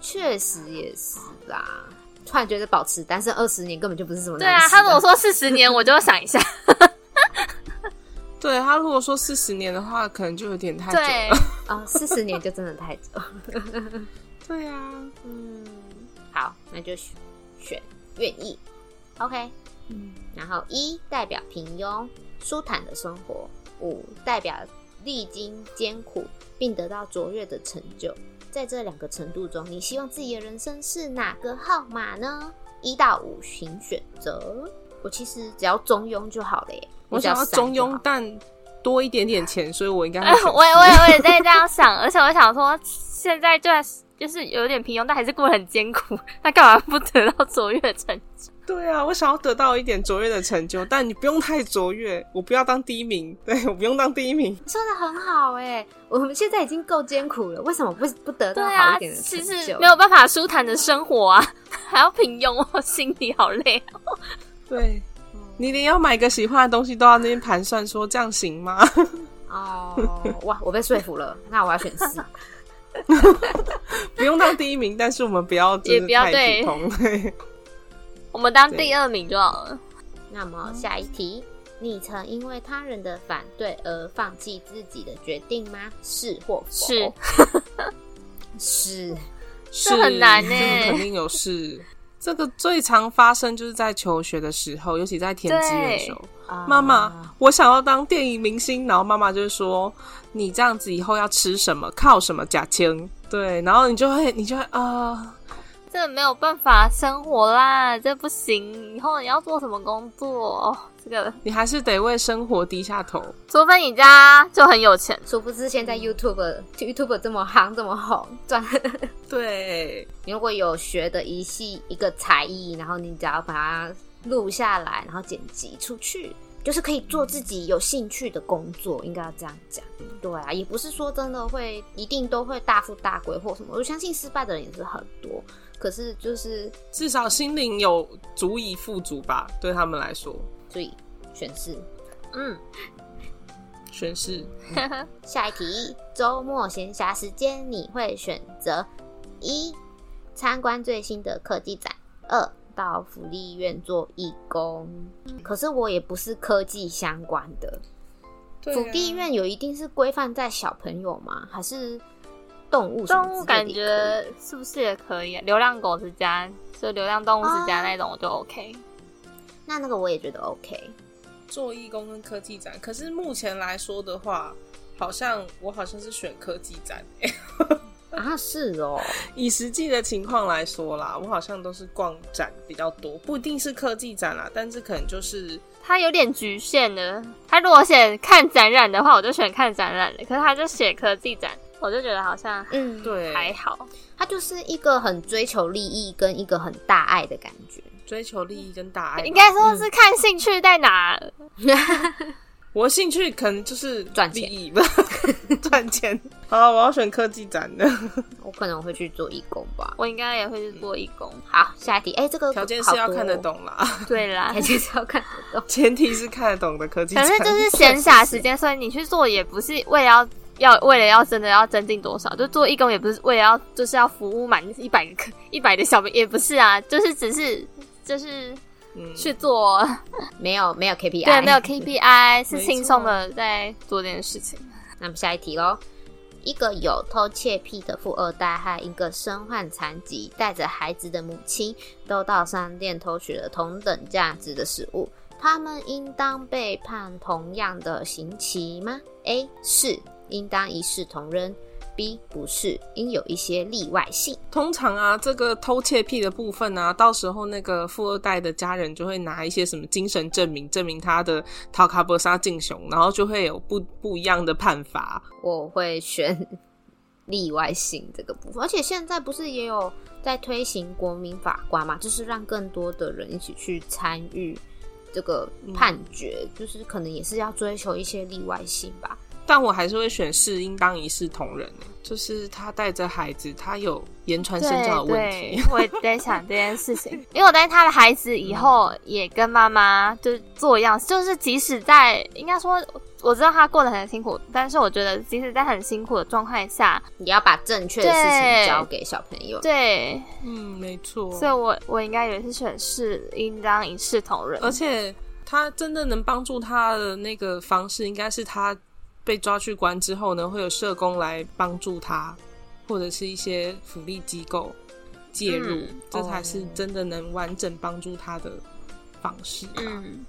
Speaker 1: 确实也是啦。突然觉得保持单身二十年根本就不是什么
Speaker 3: 对
Speaker 1: 难
Speaker 3: 啊，
Speaker 1: 事
Speaker 3: 他如果说四十年，我就会想一下。
Speaker 2: 对他如果说四十年的话，可能就有点太久
Speaker 3: 对 [LAUGHS]
Speaker 2: 了。，
Speaker 1: 啊，四十、年就真的太久。
Speaker 2: 对啊，
Speaker 1: 嗯，好，那就选选愿意，OK。
Speaker 2: 嗯，
Speaker 1: 然后一代表平庸舒坦的生活，五代表历经艰苦并得到卓越的成就。在这两个程度中，你希望自己的人生是哪个号码呢？一到五，请选择。我其实只要中庸就好了耶，
Speaker 2: 我
Speaker 1: 只要
Speaker 2: 想要
Speaker 1: 散就
Speaker 2: 中庸
Speaker 1: 好，
Speaker 2: 但多一点点钱，所以我应该
Speaker 3: 哎
Speaker 2: 会选
Speaker 3: [LAUGHS] 我也我也我也在这样想，而且我想说，现在就算是就是有点平庸，但还是过得很艰苦， [LAUGHS] 那干嘛不得到卓越的成绩？
Speaker 2: 对啊，我想要得到一点卓越的成就，但你不用太卓越，我不要当第一名， [LAUGHS] 对我不用当第一名。
Speaker 1: 说的很好哎，我们现在已经够艰苦了，为什么不不得
Speaker 3: 对
Speaker 1: 到好
Speaker 3: 啊
Speaker 1: 一点，的成
Speaker 3: 其
Speaker 1: 就？
Speaker 3: 实没有办法舒坦的生活 [LAUGHS] 啊，还要平庸，我心里好累。啊
Speaker 2: 对，你连要买个喜欢的东西都要那边盘算，说这样行吗？ [LAUGHS]
Speaker 1: 哦，哇，我被说服了，那我要选
Speaker 3: [LAUGHS]
Speaker 1: 四。
Speaker 2: 不用当第一名，但是我们不要就是
Speaker 3: 也不要
Speaker 2: 太
Speaker 3: 对
Speaker 2: 普通。 [LAUGHS] 对，
Speaker 3: 我们当
Speaker 2: 对
Speaker 3: 第二名就好了。
Speaker 1: 那么下一题，你曾因为他人的反对而放弃自己的决定吗？是或否？
Speaker 3: 是，
Speaker 1: 是，
Speaker 2: 是
Speaker 3: 很难欸呢
Speaker 2: 这个肯定有事。这个最常发生就是在求学的时候，尤其在填志愿的时候。
Speaker 1: 啊
Speaker 2: 妈妈，我想要当电影明星，然后妈妈就会说：“你这样子以后要吃什么，靠什么假签。”对，然后你就会，你就会啊、呃
Speaker 3: 这没有办法生活啦，这不行。以后你要做什么工作？哦，这个，
Speaker 2: 你还是得为生活低下头。
Speaker 3: 除非你家就很有钱。
Speaker 1: 殊不知现在 YouTube YouTube 这么夯，这么红，赚。
Speaker 2: 对，
Speaker 1: 你如果有学的一系一个才艺，然后你只要把它录下来，然后剪辑出去，就是可以做自己有兴趣的工作，应该要这样讲。对啊，也不是说真的会一定都会大富大贵或什么，我相信失败的人也是很多。可是就是
Speaker 2: 至少心灵有足以富足吧，对他们来说，
Speaker 1: 所以选是
Speaker 3: 嗯，
Speaker 2: 宣誓。
Speaker 1: 下一题，周末闲暇时间你会选择一参观最新的科技展，二到福利院做义工。可是我也不是科技相关的，
Speaker 3: 啊
Speaker 1: 福利院有一定是规范在小朋友吗？还是动物什么之类的也可以？
Speaker 3: 动物感觉是不是也可以、啊？流浪狗之家，就流浪动物之家
Speaker 1: 哦
Speaker 3: 那种，我就 OK。
Speaker 1: 那那个我也觉得 OK。
Speaker 2: 做义工跟科技展，可是目前来说的话，好像我好像是选科技展、
Speaker 3: 嗯
Speaker 1: 啊，是哦，
Speaker 2: 以实际的情况来说啦，我好像都是逛展比较多，不一定是科技展啦，但是可能就是
Speaker 3: 它有点局限的。它如果写看展览的话，我就选看展览的。可是它就写科技展，我就觉得好像
Speaker 1: 嗯，
Speaker 2: 对
Speaker 3: 还好。
Speaker 1: 它就是一个很追求利益跟一个很大爱的感觉。
Speaker 2: 追求利益跟大爱吧。
Speaker 3: 应
Speaker 1: 嗯
Speaker 3: 该说是看兴趣在哪。
Speaker 2: 我的兴趣可能就是
Speaker 1: 赚钱
Speaker 2: 利益吧， [LAUGHS] 赚钱。好了，我要选科技展
Speaker 1: [LAUGHS]
Speaker 2: 的，
Speaker 1: 我可能会去做义工吧。
Speaker 3: 我应该也会去做义
Speaker 1: [LAUGHS]
Speaker 3: 工。
Speaker 1: 好，下一题，哎、这个
Speaker 2: 条件
Speaker 1: 好
Speaker 2: 是要
Speaker 1: 多
Speaker 2: 看得
Speaker 1: 哦，
Speaker 2: 懂啦，
Speaker 3: 对
Speaker 1: [LAUGHS]
Speaker 3: 啦
Speaker 1: 条，件是要看得懂。
Speaker 2: 前提是看得懂的科技
Speaker 3: 可
Speaker 2: 展。
Speaker 3: 是就是闲暇时间，所以你去做也不是为了要要为了要真的要增进多少，就做义工也不是为了要就是要服务满一百个 [LAUGHS] 一百的小朋友也不是啊，就是只是就是
Speaker 2: 嗯
Speaker 3: 去做，
Speaker 1: 没有没有 KPI，
Speaker 3: 对，没有 KPI
Speaker 2: 没
Speaker 3: 是
Speaker 2: 错
Speaker 3: 轻松的在做这件事情。
Speaker 1: 那么下一题喽。一个有偷窃癖的富二代和一个身患残疾、带着孩子的母亲，都到商店偷取了同等价值的食物，他们应当被判同样的刑期吗？A 是，应当一视同仁；B 不是，应有一些例外性。
Speaker 2: 通常啊，这个偷窃癖的部分啊，到时候那个富二代的家人就会拿一些什么精神证明，证明他的陶卡波沙进雄，然后就会有不不一样的判罚。
Speaker 1: 我会选 [LAUGHS] 例外性这个部分，而且现在不是也有在推行国民法官嘛，就是让更多的人一起去参与这个
Speaker 3: 嗯
Speaker 1: 判决，就是可能也是要追求一些例外性吧。
Speaker 2: 但我还是会选是应当一视同仁，欸就是他带着孩子，他有言传身教的问题。
Speaker 3: 对，我也 [LAUGHS] 在想这件事情，因为我担心他的孩子以后也跟妈妈就是做一样，就是即使在应该说，我知道他过得很辛苦，但是我觉得即使在很辛苦的状态下，
Speaker 1: 也要把正确的事情
Speaker 3: 对
Speaker 1: 交给小朋友。
Speaker 3: 对，
Speaker 2: [LAUGHS] 嗯，没错。
Speaker 3: 所以我我应该也是选是应当一视同仁，
Speaker 2: 而且他真的能帮助他的那个方式，应该是他被抓去关之后呢，会有社工来帮助他，或者是一些福利机构介入，
Speaker 1: 嗯
Speaker 2: 这才
Speaker 3: 哦
Speaker 2: 是真的能完整帮助他的方式、嗯，
Speaker 3: 嗯，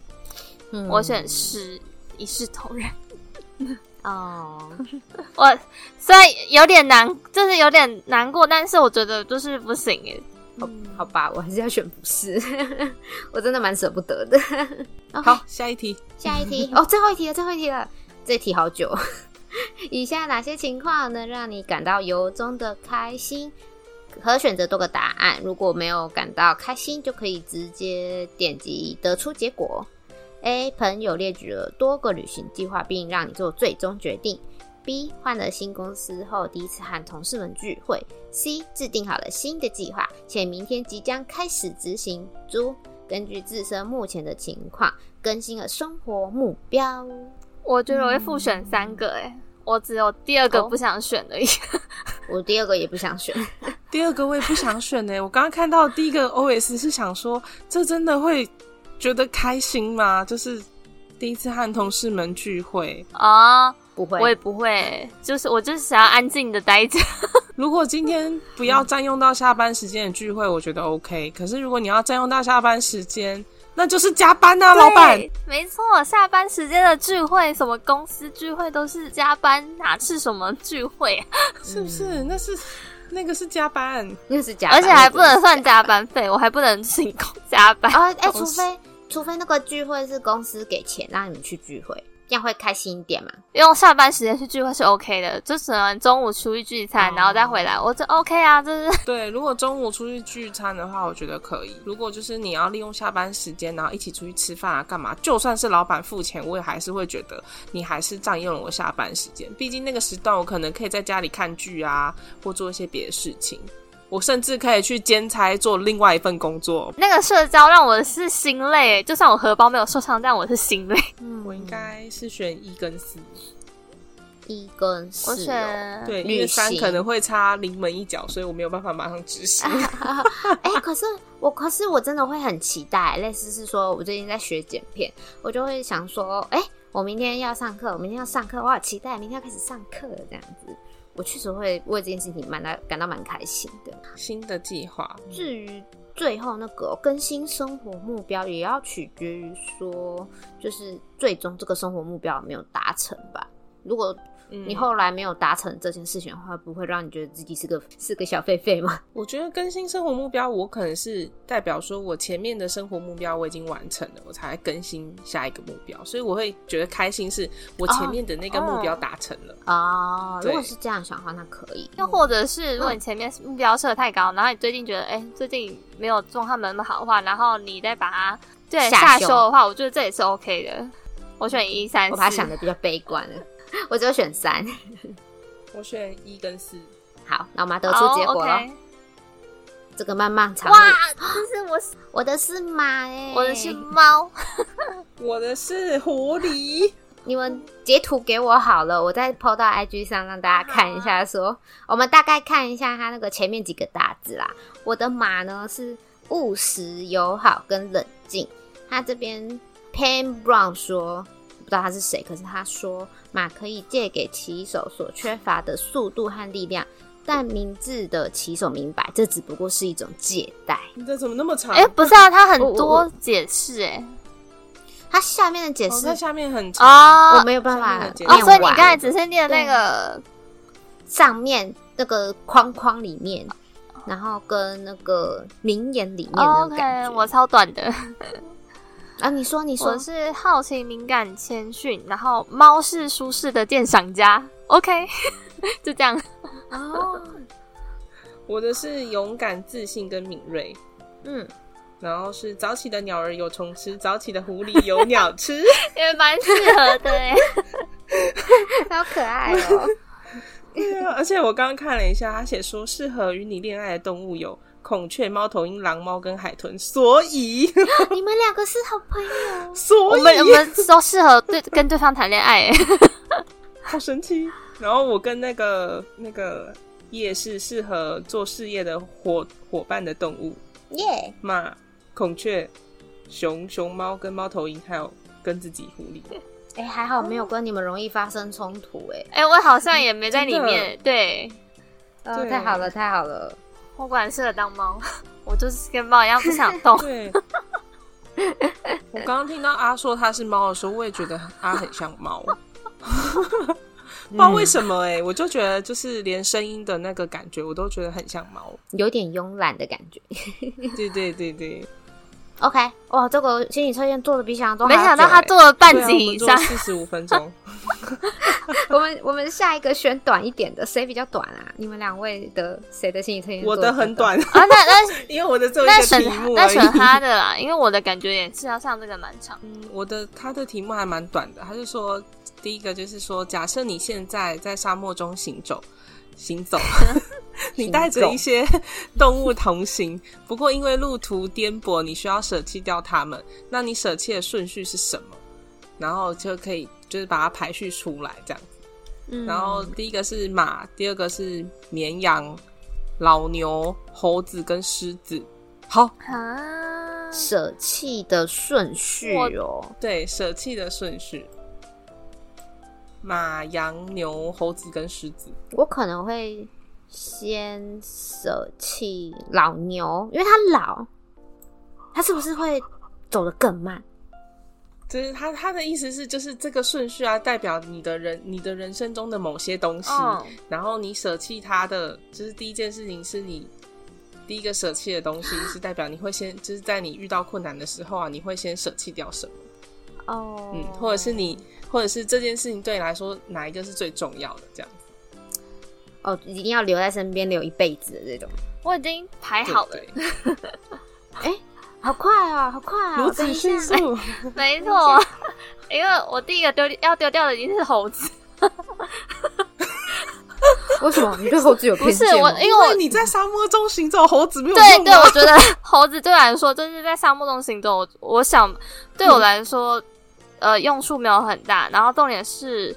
Speaker 1: 嗯
Speaker 3: 我选是一视同仁。
Speaker 1: 哦，
Speaker 3: 我虽然有点难，就是有点难过，但是我觉得就是不行欸耶。
Speaker 1: 好吧，我还是要选不是， [LAUGHS] 我真的蛮舍不得
Speaker 3: [LAUGHS]
Speaker 1: 的。
Speaker 2: 好，下一题，
Speaker 1: 下一题 [LAUGHS] 哦，最后一题了，最后一题了，这题好久。 [LAUGHS] 以下哪些情况能让你感到由衷的开心？可选择多个答案，如果没有感到开心，就可以直接点击得出结果。A. 朋友列举了多个旅行计划，并让你做最终决定。B. 换了新公司后，第一次和同事们聚会。C 制定好了新的计划，且明天即将开始执行。猪根据自身目前的情况，更新了生活目标。
Speaker 3: 我觉得我会复选三个哎、我只有第二个
Speaker 1: 哦
Speaker 3: 不想选而已。 [LAUGHS]
Speaker 1: 我第二个也不想选，
Speaker 2: 第二个我也不想选欸 [LAUGHS] 呢、我刚刚看到第一个 OS 是想说，这真的会觉得开心吗？就是第一次和同事们聚会，
Speaker 3: 啊，
Speaker 1: 不会，
Speaker 3: 我也不会，就是我就是想要安静的待着。
Speaker 2: 如果今天不要占用到下班时间的聚会，我觉得 OK。可是如果你要占用到下班时间，那就是加班啊，老板。
Speaker 3: 对， [LAUGHS] 嗯没错，下班时间的聚会，什么公司聚会都是加班，哪是什么聚会啊、
Speaker 2: 是不是？那是那个是加班，
Speaker 1: 那是假的，
Speaker 3: 而且还不能算加班费，我还不能请工加班。
Speaker 1: 啊！哎、除
Speaker 2: 公司
Speaker 1: 非除非那个聚会是公司给钱让你们去聚会，这样会开心一点嘛？
Speaker 3: 用下班时间去聚会是 OK 的，就只能中午出去聚餐，
Speaker 2: 哦
Speaker 3: 然后再回来，我这 OK 啊，就是 [LAUGHS]
Speaker 2: 对。如果中午出去聚餐的话，我觉得可以。如果就是你要利用下班时间，然后一起出去吃饭啊，干嘛？就算是老板付钱，我也还是会觉得你还是占用了我下班时间。毕竟那个时段，我可能可以在家里看剧啊，或做一些别的事情。我甚至可以去兼差做另外一份工作。
Speaker 3: 那个社交让我是心累，就算我荷包没有受伤，但我是心累。
Speaker 1: 嗯，
Speaker 2: 我应该是选一跟四。
Speaker 1: 一跟四、
Speaker 3: 我选 [LAUGHS]
Speaker 1: 哦。
Speaker 2: 对，
Speaker 1: 嗯旅
Speaker 2: 因为三
Speaker 1: 行
Speaker 2: 可能会差临门一脚，所以我没有办法马上执
Speaker 1: [LAUGHS]
Speaker 2: 行。
Speaker 1: 哎、可是我，可是我真的会很期待，类似是说，我最近在学剪片，我就会想说，哎、我明天要上课，我明天要上课，我好期待，明天要开始上课了这样子。我确实会为这件事情蛮到感到蛮开心的。
Speaker 2: 新的计划，
Speaker 1: 至于最后那个更新生活目标，也要取决于说，就是最终这个生活目标有没有达成吧。如果
Speaker 2: 嗯
Speaker 1: 你后来没有达成这件事情的话，不会让你觉得自己是个是个小狒狒吗？
Speaker 2: 我觉得更新生活目标，我可能是代表说我前面的生活目标我已经完成了，我才更新下一个目标，所以我会觉得开心，是我前面的那个目标达成了。
Speaker 1: 哦，如果
Speaker 2: 对
Speaker 1: 是这样想的话，那可以。
Speaker 3: 又或者是，如果你前面目标设得太高，然后你最近觉得，哎、最近没有状况没那么好的话，然后你再把它对
Speaker 1: 下
Speaker 3: 下
Speaker 1: 修
Speaker 3: 修的话，我觉得这也是 OK 的。我选一三四，
Speaker 1: 我把它想的比较悲观了。 [LAUGHS] 我只有选三。
Speaker 2: 我选一跟四。
Speaker 1: 好，那我们得出结果了。
Speaker 3: o k
Speaker 1: 这个漫漫长路
Speaker 3: 哇，，这是我是
Speaker 1: [GASPS] 我的是马哎、
Speaker 3: 我的是猫，
Speaker 2: 我的是狐狸，
Speaker 1: 你们截图给我好了，我再 PO 到 IG 上让大家看一下说我们大概看一下它那个前面几个大字啦。我的马呢是务实、友好跟冷静。他这边 Pan Brown 说，不知道他是谁，可是他说马可以借给骑手所缺乏的速度和力量，但明智的骑手明白，这只不过是一种借贷。
Speaker 2: 你这怎么那么长？
Speaker 3: 哎、不是啊，它很
Speaker 1: 我
Speaker 3: 多解释哎、
Speaker 1: 他下面的解
Speaker 2: 哦，
Speaker 1: 释、
Speaker 2: 它下面很长。
Speaker 3: 哦
Speaker 1: 我没有办法
Speaker 2: 哦
Speaker 1: 念
Speaker 3: 哦，
Speaker 1: 完。
Speaker 3: 所以你刚才只是念那个
Speaker 1: 上面那个框框里面，然后跟那个名言里面
Speaker 3: 哦
Speaker 1: 的感
Speaker 3: OK，
Speaker 1: 觉。
Speaker 3: 我超短的。
Speaker 1: 啊，你说你说
Speaker 3: 我，是好奇、敏感、谦逊，然后猫是舒适的鉴赏家。OK，就 [LAUGHS] 这样。
Speaker 1: 哦，
Speaker 2: 我的是勇敢、自信跟敏锐，
Speaker 1: 嗯，
Speaker 2: 然后是早起的鸟儿有虫吃，早起的狐狸有鸟吃。
Speaker 3: 也蛮适合的 [LAUGHS] 哎、
Speaker 1: 好可爱哦。
Speaker 2: 对啊，而且我刚刚看了一下，他写说适合与你恋爱的动物有孔雀、猫头鹰、狼猫跟海豚，所以
Speaker 1: [LAUGHS]
Speaker 2: [LAUGHS]
Speaker 1: 你们两个是好朋友，
Speaker 2: 所
Speaker 3: 我
Speaker 2: 以
Speaker 3: 们我们都适合对跟对方谈恋爱、欸，
Speaker 2: 好神奇。然后我跟那个那个夜是适合做事业的伙伙伴的动物，
Speaker 1: 耶！
Speaker 2: 马、孔雀、熊、熊猫跟猫头鹰，还有跟自己狐狸。
Speaker 1: 哎，还好没有跟你们容易发生冲突，哎，
Speaker 3: [LAUGHS] 哎、我好像也没在里面。对，
Speaker 1: 哦，
Speaker 2: 对。
Speaker 1: 太好了，太好了。
Speaker 3: 我果然适合当猫，我就是跟猫一样不想动 [LAUGHS]
Speaker 2: 对，我刚刚听到阿说他是猫的时候，我也觉得阿很像
Speaker 3: [LAUGHS]
Speaker 2: 猫，不知道为什么哎、我就觉得就是连声音的那个感觉，我都觉得很像猫。
Speaker 1: 有点慵懒的感觉。
Speaker 2: 对对对对，
Speaker 1: [LAUGHS] OK，哇，这个心理测验做的比想象中还
Speaker 3: 没
Speaker 1: 要
Speaker 3: 想到
Speaker 1: 久
Speaker 3: 他
Speaker 1: 哎
Speaker 3: 做了半
Speaker 2: 对啊
Speaker 3: 集以
Speaker 2: 我
Speaker 3: 上
Speaker 2: 们，四十五分
Speaker 3: [LAUGHS]
Speaker 2: 钟，
Speaker 1: [LAUGHS] 我们我们下一个选短一点的，谁比较短啊？你们两位的谁的心理测验？
Speaker 2: 我的很，短，
Speaker 3: 啊，那
Speaker 2: [LAUGHS]
Speaker 3: 那
Speaker 2: 因为我的只有一
Speaker 3: 那
Speaker 2: 个
Speaker 3: 选
Speaker 2: 题目
Speaker 3: 那
Speaker 2: 而已
Speaker 3: 选。他的啦，因为我的感觉也是要上这个蛮长的。
Speaker 2: 嗯我的他的题目还蛮短的，他就说第一个就是说，假设你现在在沙漠中行走，行走，你带着一些 [LAUGHS] 动物同行，不过因为路途颠簸，你需要舍弃掉它们。那你舍弃的顺序是什么？然后就可以就是把它排序出来这样子。
Speaker 1: 嗯
Speaker 2: 然后第一个是马，第二个是绵羊、老牛、猴子跟狮子。好，
Speaker 3: 啊，
Speaker 1: 舍弃的顺序哦。
Speaker 2: 对，舍弃的顺序：马、羊、牛、猴子跟狮子。
Speaker 1: 我可能会先舍弃老牛，因为它老，它是不是会走得更慢？
Speaker 2: 就是他他的意思是，就是这个顺序啊，代表你的人你的人生中的某些东西，
Speaker 3: 嗯，
Speaker 2: 然后你舍弃它的，就是第一件事情是你第一个舍弃
Speaker 1: [GASPS]
Speaker 2: 的东西，是代表你会先就是在你遇到困难的时候啊，你会先舍弃掉什么，
Speaker 1: 哦
Speaker 2: 嗯，或者是你或者是这件事情对你来说哪一个是最重要的这样子，
Speaker 1: 哦，一定要留在身边留一辈子的这种，
Speaker 3: 我已经
Speaker 1: 哎
Speaker 3: 排
Speaker 2: 对
Speaker 3: 好了，
Speaker 2: 对，
Speaker 1: 好快哦，好快哦，
Speaker 2: 如此迅速
Speaker 1: 等一下。 [LAUGHS]
Speaker 3: 没错，因为我第一个丢要丢掉的已经是猴子，
Speaker 1: 为什么你对猴子有
Speaker 3: [LAUGHS] 不
Speaker 1: 偏
Speaker 3: 是
Speaker 1: 见
Speaker 3: 我
Speaker 1: 吗，
Speaker 3: 因为
Speaker 2: 因
Speaker 3: 我
Speaker 2: 为哎你在沙漠中行走，猴子没有
Speaker 3: 对
Speaker 2: 用
Speaker 3: 对，
Speaker 2: 啊
Speaker 3: 我觉得猴子对我来说，就是在沙漠中行走，我我想对
Speaker 2: 嗯
Speaker 3: 我来说，呃，用处没有很大。然后重点是，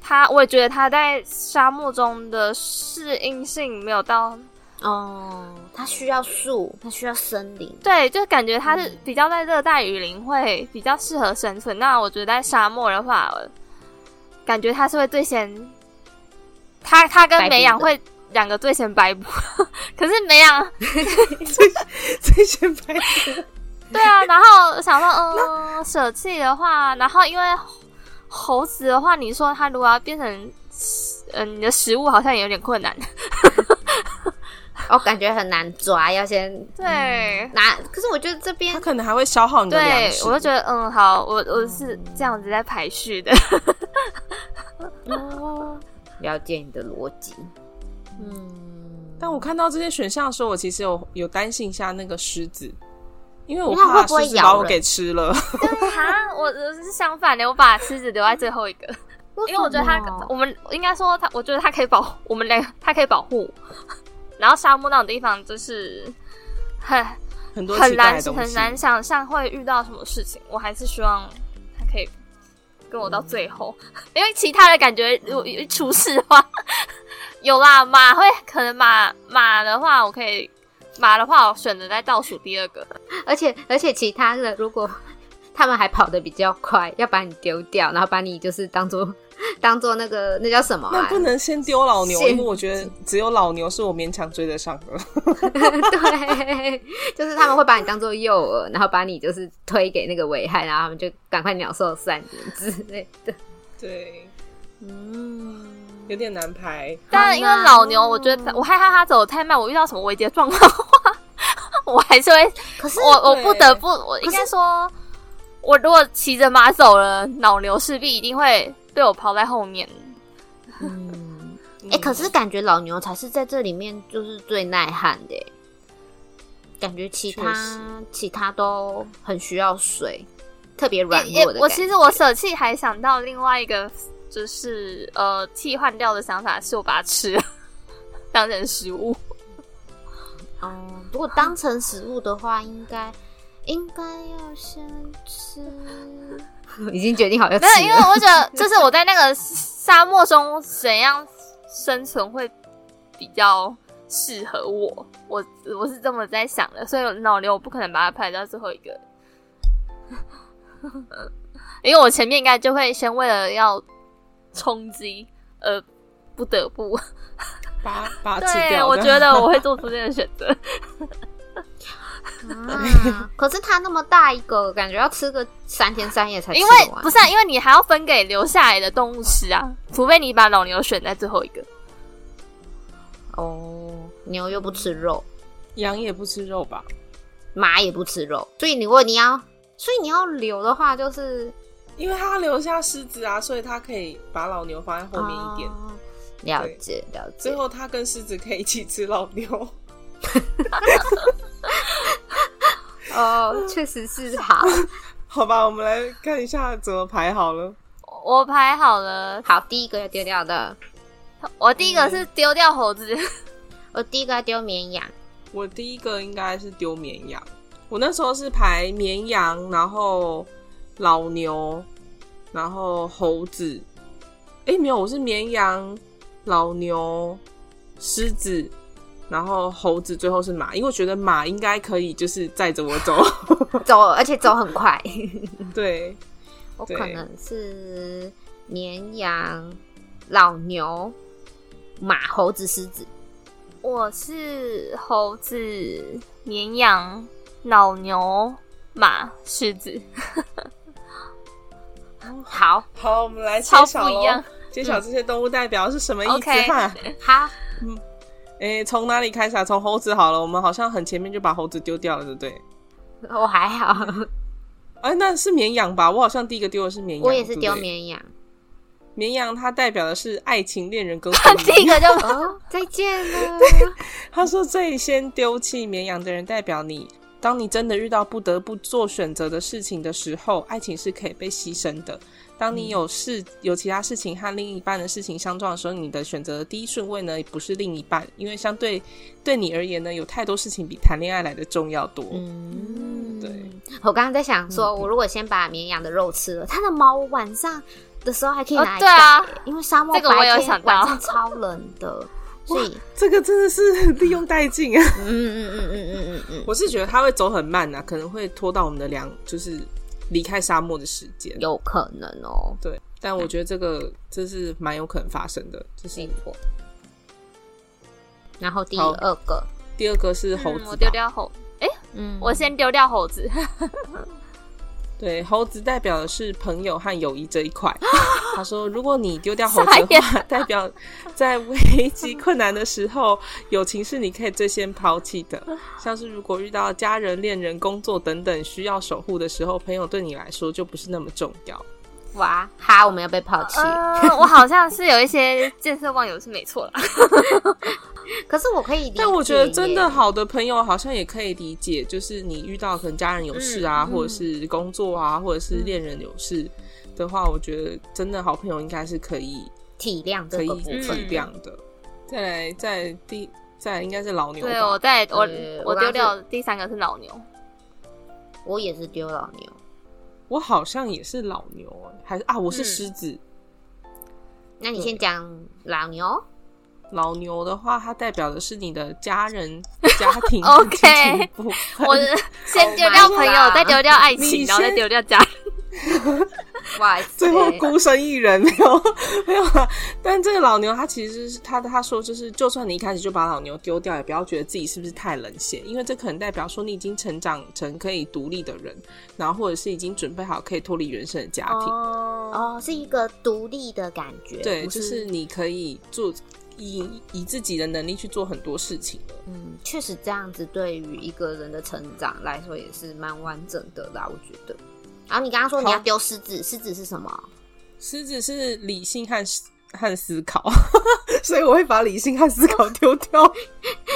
Speaker 3: 它我也觉得它在沙漠中的适应性没有到，
Speaker 1: 哦，它需要树，它需要森林。
Speaker 3: 对，就感觉它是比较在热带雨林会比较适合生存。那我觉得在沙漠的话，我感觉它是会最先，它它跟
Speaker 1: 白
Speaker 3: 绵
Speaker 1: 骨
Speaker 3: 羊
Speaker 1: 的
Speaker 3: 会两个最先白骨， [LAUGHS] 可是绵羊
Speaker 2: [LAUGHS] 这些白
Speaker 3: 对啊，然后想说，嗯，舍弃的话，然后因为猴子的话，你说它如果要变成，呃，你的食物好像也有点困难。 [LAUGHS]
Speaker 1: 哦，感觉很难抓，要先
Speaker 3: 对，
Speaker 1: 拿。可是我觉得这边
Speaker 2: 它可能还会消耗你的
Speaker 3: 对
Speaker 2: 粮食，，
Speaker 3: 我就觉得，嗯，好，我我是这样子在排序的。
Speaker 1: 哦，了解你的逻辑。嗯，
Speaker 2: 但我看到这些选项的时候，我其实有有担心一下那个狮子，因
Speaker 1: 因
Speaker 2: 为我
Speaker 1: 为它
Speaker 2: 怕
Speaker 1: 会不会
Speaker 2: 狮子
Speaker 1: 咬
Speaker 2: 把我
Speaker 1: 人
Speaker 3: [LAUGHS]
Speaker 2: 给吃了。 [LAUGHS]
Speaker 3: 对啊，我我是相反的，我把狮子留在最后一个。因为我觉得他
Speaker 1: 为什么
Speaker 3: 我们应该说他，我觉得他可以保我们两个，他可以保护我。然后沙漠那种地方就是很
Speaker 2: 很多
Speaker 3: 很
Speaker 2: 奇怪
Speaker 3: 难
Speaker 2: 的东西
Speaker 3: 很难想象会遇到什么事情，我还是希望他可以跟我到最后， [LAUGHS] 因为其他的感觉如果一出事的话， [LAUGHS] 有啦马会可能马马的话，我可以马的话，我选择在倒数第二个，
Speaker 1: [LAUGHS] 而且而且其他的，如果 [LAUGHS] 他们还跑得比较快，要把你丢掉，然后把你就是当做当做那个那叫什么、
Speaker 2: 那
Speaker 1: 啊
Speaker 2: 不？能先丢老牛，
Speaker 1: 现
Speaker 2: 因为我觉得只有老牛是我勉强追得上的。
Speaker 1: [LAUGHS] 对， [LAUGHS] 就是他们会把你当做诱饵，然后把你就是推给那个危害，然后他们就赶快鸟兽散之类的。
Speaker 2: 对，
Speaker 1: 嗯，
Speaker 2: 有点难排。
Speaker 3: 但因为老牛，我觉得我害怕他走太慢，我遇到什么危机的状况的话， [LAUGHS] 我还是会
Speaker 1: 可是
Speaker 3: 我我
Speaker 2: 对
Speaker 3: 不得不，我应该说，我如果骑着马走了，老牛势必一定会被我抛在后面。
Speaker 1: 嗯， [LAUGHS]
Speaker 2: 嗯
Speaker 1: 哎、可是感觉老牛才是在这里面就是最耐旱的耶，感觉其
Speaker 2: 确
Speaker 1: 他
Speaker 2: 实
Speaker 1: 其他都很需要水，特别软
Speaker 3: 也也
Speaker 1: 弱的
Speaker 3: 欸我
Speaker 1: 感觉
Speaker 3: 其实我舍弃还想到另外一个，就是呃替换掉的想法，是我把它吃了， [LAUGHS] 当成食物。
Speaker 1: 哦，如果当成食物的话，应该应该要先吃。 [LAUGHS] 已经决定好要吃
Speaker 3: 没有，因为
Speaker 1: 了。
Speaker 3: 我觉得就是我在那个沙漠中怎样生存会比较适合我，我我是这么在想的，所以脑瘤我不可能把它排到最后一个， [LAUGHS] 因为我前面应该就会先为了要冲击而不得不，
Speaker 2: 把把它吃
Speaker 3: 对
Speaker 2: 掉，
Speaker 3: 我
Speaker 2: 这
Speaker 3: 觉
Speaker 2: 样
Speaker 3: 得我会做出这个选择。
Speaker 1: 啊 [LAUGHS] 可是它那么大一个，感觉要吃个三天三夜才吃
Speaker 3: 因为
Speaker 1: 完
Speaker 3: 不是、啊，因为你还要分给留下来的动物吃啊，除非你把老牛选在最后一个。
Speaker 1: 哦，牛又不吃肉，
Speaker 2: 羊也不吃肉吧？
Speaker 1: 马也不吃肉，所以你如果你要，所以你要留的话，就是
Speaker 2: 因为它留下狮子啊，所以它可以把老牛放在后面一点，
Speaker 1: 哦了解了解
Speaker 2: 最。后它跟狮子可以一起吃老牛。
Speaker 1: 哦，确实是 [LAUGHS] 好
Speaker 2: 好吧，我们来看一下怎么排好了。
Speaker 3: 我排好了，
Speaker 1: 好。第一个要丢掉的，
Speaker 3: 我第一个是丢掉猴子，
Speaker 1: 我第一个要丢绵羊。
Speaker 2: 我第一个应该是丢绵羊，我那时候是排绵羊，然后老牛，然后猴子。诶，没有，我是绵羊、老牛、狮子，然后猴子，最后是马，因为我觉得马应该可以就是载着我走。
Speaker 1: [LAUGHS] 走，而且走很快。
Speaker 2: [LAUGHS] 对，
Speaker 1: 我
Speaker 2: 对
Speaker 1: 可能是绵羊、老牛、马、猴子、狮子。
Speaker 3: [LAUGHS] 我是猴子、绵羊、老牛、马、狮 [LAUGHS] 子，
Speaker 1: 好，
Speaker 2: 好，我们来揭
Speaker 3: 超
Speaker 2: 晓
Speaker 3: 不一
Speaker 2: 咯
Speaker 3: 样。
Speaker 2: 揭晓这些动物代表是什么意思
Speaker 3: OK
Speaker 2: 哈、
Speaker 1: 嗯
Speaker 2: 嗯
Speaker 1: 好，
Speaker 2: 诶，从哪里开始啊？从猴子好了，我们好像很前面就把猴子丢掉了，对不对？
Speaker 1: 我还好，
Speaker 2: 哎，那是绵羊吧？我好像第一个丢的是绵羊，
Speaker 1: 我也是
Speaker 2: 对不
Speaker 1: 丢
Speaker 2: 对。
Speaker 1: 绵羊。
Speaker 2: 绵羊它代表的是爱情、
Speaker 1: [LAUGHS]
Speaker 2: 恋人跟婚
Speaker 3: 第一
Speaker 2: 姻。
Speaker 3: [LAUGHS] 个就
Speaker 1: 哦，再见了。
Speaker 2: 他说，最先丢弃绵羊的人代表你。当你真的遇到不得不做选择的事情的时候，爱情是可以被牺牲的。当
Speaker 1: 嗯
Speaker 2: 你有事、有其他事情和另一半的事情相撞的时候，你的选择的第一顺位呢，不是另一半，因为相对对你而言呢，有太多事情比谈恋爱来的重要多。
Speaker 1: 嗯，
Speaker 2: 对。
Speaker 1: 我刚刚在想说，我如果先把绵羊的肉吃了，它的毛我晚上的时候还可以
Speaker 3: 哦
Speaker 1: 拿来
Speaker 3: 对啊
Speaker 1: 戴耶因为沙漠白
Speaker 3: 这个
Speaker 1: 天
Speaker 3: 我有想到
Speaker 1: 晚上超冷的，所以
Speaker 2: 这个真的是利用殆尽啊！
Speaker 1: 嗯嗯嗯嗯嗯嗯嗯
Speaker 2: [LAUGHS] 我是觉得他会走很慢啊，可能会拖到我们的两就是离开沙漠的时间
Speaker 1: 嗯，。有可能哦，
Speaker 2: 对，但我觉得这个这是蛮有可能发生的。就是
Speaker 1: 没错。然后第
Speaker 2: 好
Speaker 1: 二个，
Speaker 2: 第二个是猴
Speaker 3: 嗯
Speaker 2: 子吧、
Speaker 3: 我丢掉猴，
Speaker 1: 嗯，
Speaker 3: 我先丢掉猴子，
Speaker 2: 对，猴子代表的是朋友和友谊这一
Speaker 3: [LAUGHS]
Speaker 2: 块。他说，如果你丢掉猴子
Speaker 3: 傻
Speaker 2: 的
Speaker 3: 眼
Speaker 2: 话， [LAUGHS] 代表在危机困难的时候，友情是你可以最先抛弃的。像是如果遇到家人、恋人、工作等等需要守护的时候，朋友对你来说就不是那么重要。
Speaker 1: 哇哈，我们要被抛弃。
Speaker 3: [LAUGHS] 呃，我好像是有一些见色忘友是没错啦。 [LAUGHS]
Speaker 1: 可是我可以理解耶，
Speaker 2: 但我觉得真的好的朋友好像也可以理解，就是你遇到可能家人有事
Speaker 1: 嗯
Speaker 2: 啊，
Speaker 1: 嗯
Speaker 2: 或者是工作啊，或者是
Speaker 3: 嗯
Speaker 2: 恋人有事的话，我觉得真的好朋友应该是可以
Speaker 1: 体谅
Speaker 2: 可
Speaker 1: 这
Speaker 2: 以嗯
Speaker 1: 个部
Speaker 2: 体
Speaker 1: 分。
Speaker 2: 谅的。再来，再来第再来应该是老牛
Speaker 3: 对，哦
Speaker 2: 吧
Speaker 3: 我，在我
Speaker 1: 对
Speaker 3: 我
Speaker 1: 我刚刚
Speaker 3: 丢
Speaker 1: 是
Speaker 3: 掉第三个是老 [LAUGHS] 牛，
Speaker 1: 我也是丢老牛，
Speaker 2: 我好像也是老牛、欸，还是啊，我是
Speaker 3: 嗯
Speaker 2: 狮子。
Speaker 1: 那你先讲老牛。
Speaker 2: 老牛的话，它代表的是你的家人、家庭、
Speaker 3: OK
Speaker 2: 亲情部分
Speaker 3: [LAUGHS] 我先丢掉朋
Speaker 1: Oh my
Speaker 3: 友，
Speaker 1: god
Speaker 3: 再丢掉爱
Speaker 2: 你
Speaker 3: 情，然后再
Speaker 2: 先
Speaker 3: 丢掉 [LAUGHS] 家人。
Speaker 1: 哇塞，
Speaker 2: 最后孤身一人，没有没有啊。但这个老牛他其实是他他说就是，就算你一开始就把老牛丢掉，也不要觉得自己是不是太冷血，因为这可能代表说你已经成长成可以独立的人，然后或者是已经准备好可以脱离原生的家庭。
Speaker 3: 哦，
Speaker 1: 哦，是一个独立的感觉，
Speaker 2: 对，
Speaker 1: 不
Speaker 2: 就是你可以做以以自己的能力去做很多事情了。
Speaker 1: 嗯，确实这样子对于一个人的成长来说也是蛮完整的啦，我觉得。然后你刚刚说你要丢狮子，狮子是什
Speaker 2: [LAUGHS]
Speaker 1: 么？
Speaker 2: 狮子是理性和思和思考， [LAUGHS] 所以我会把理性和思考丢掉。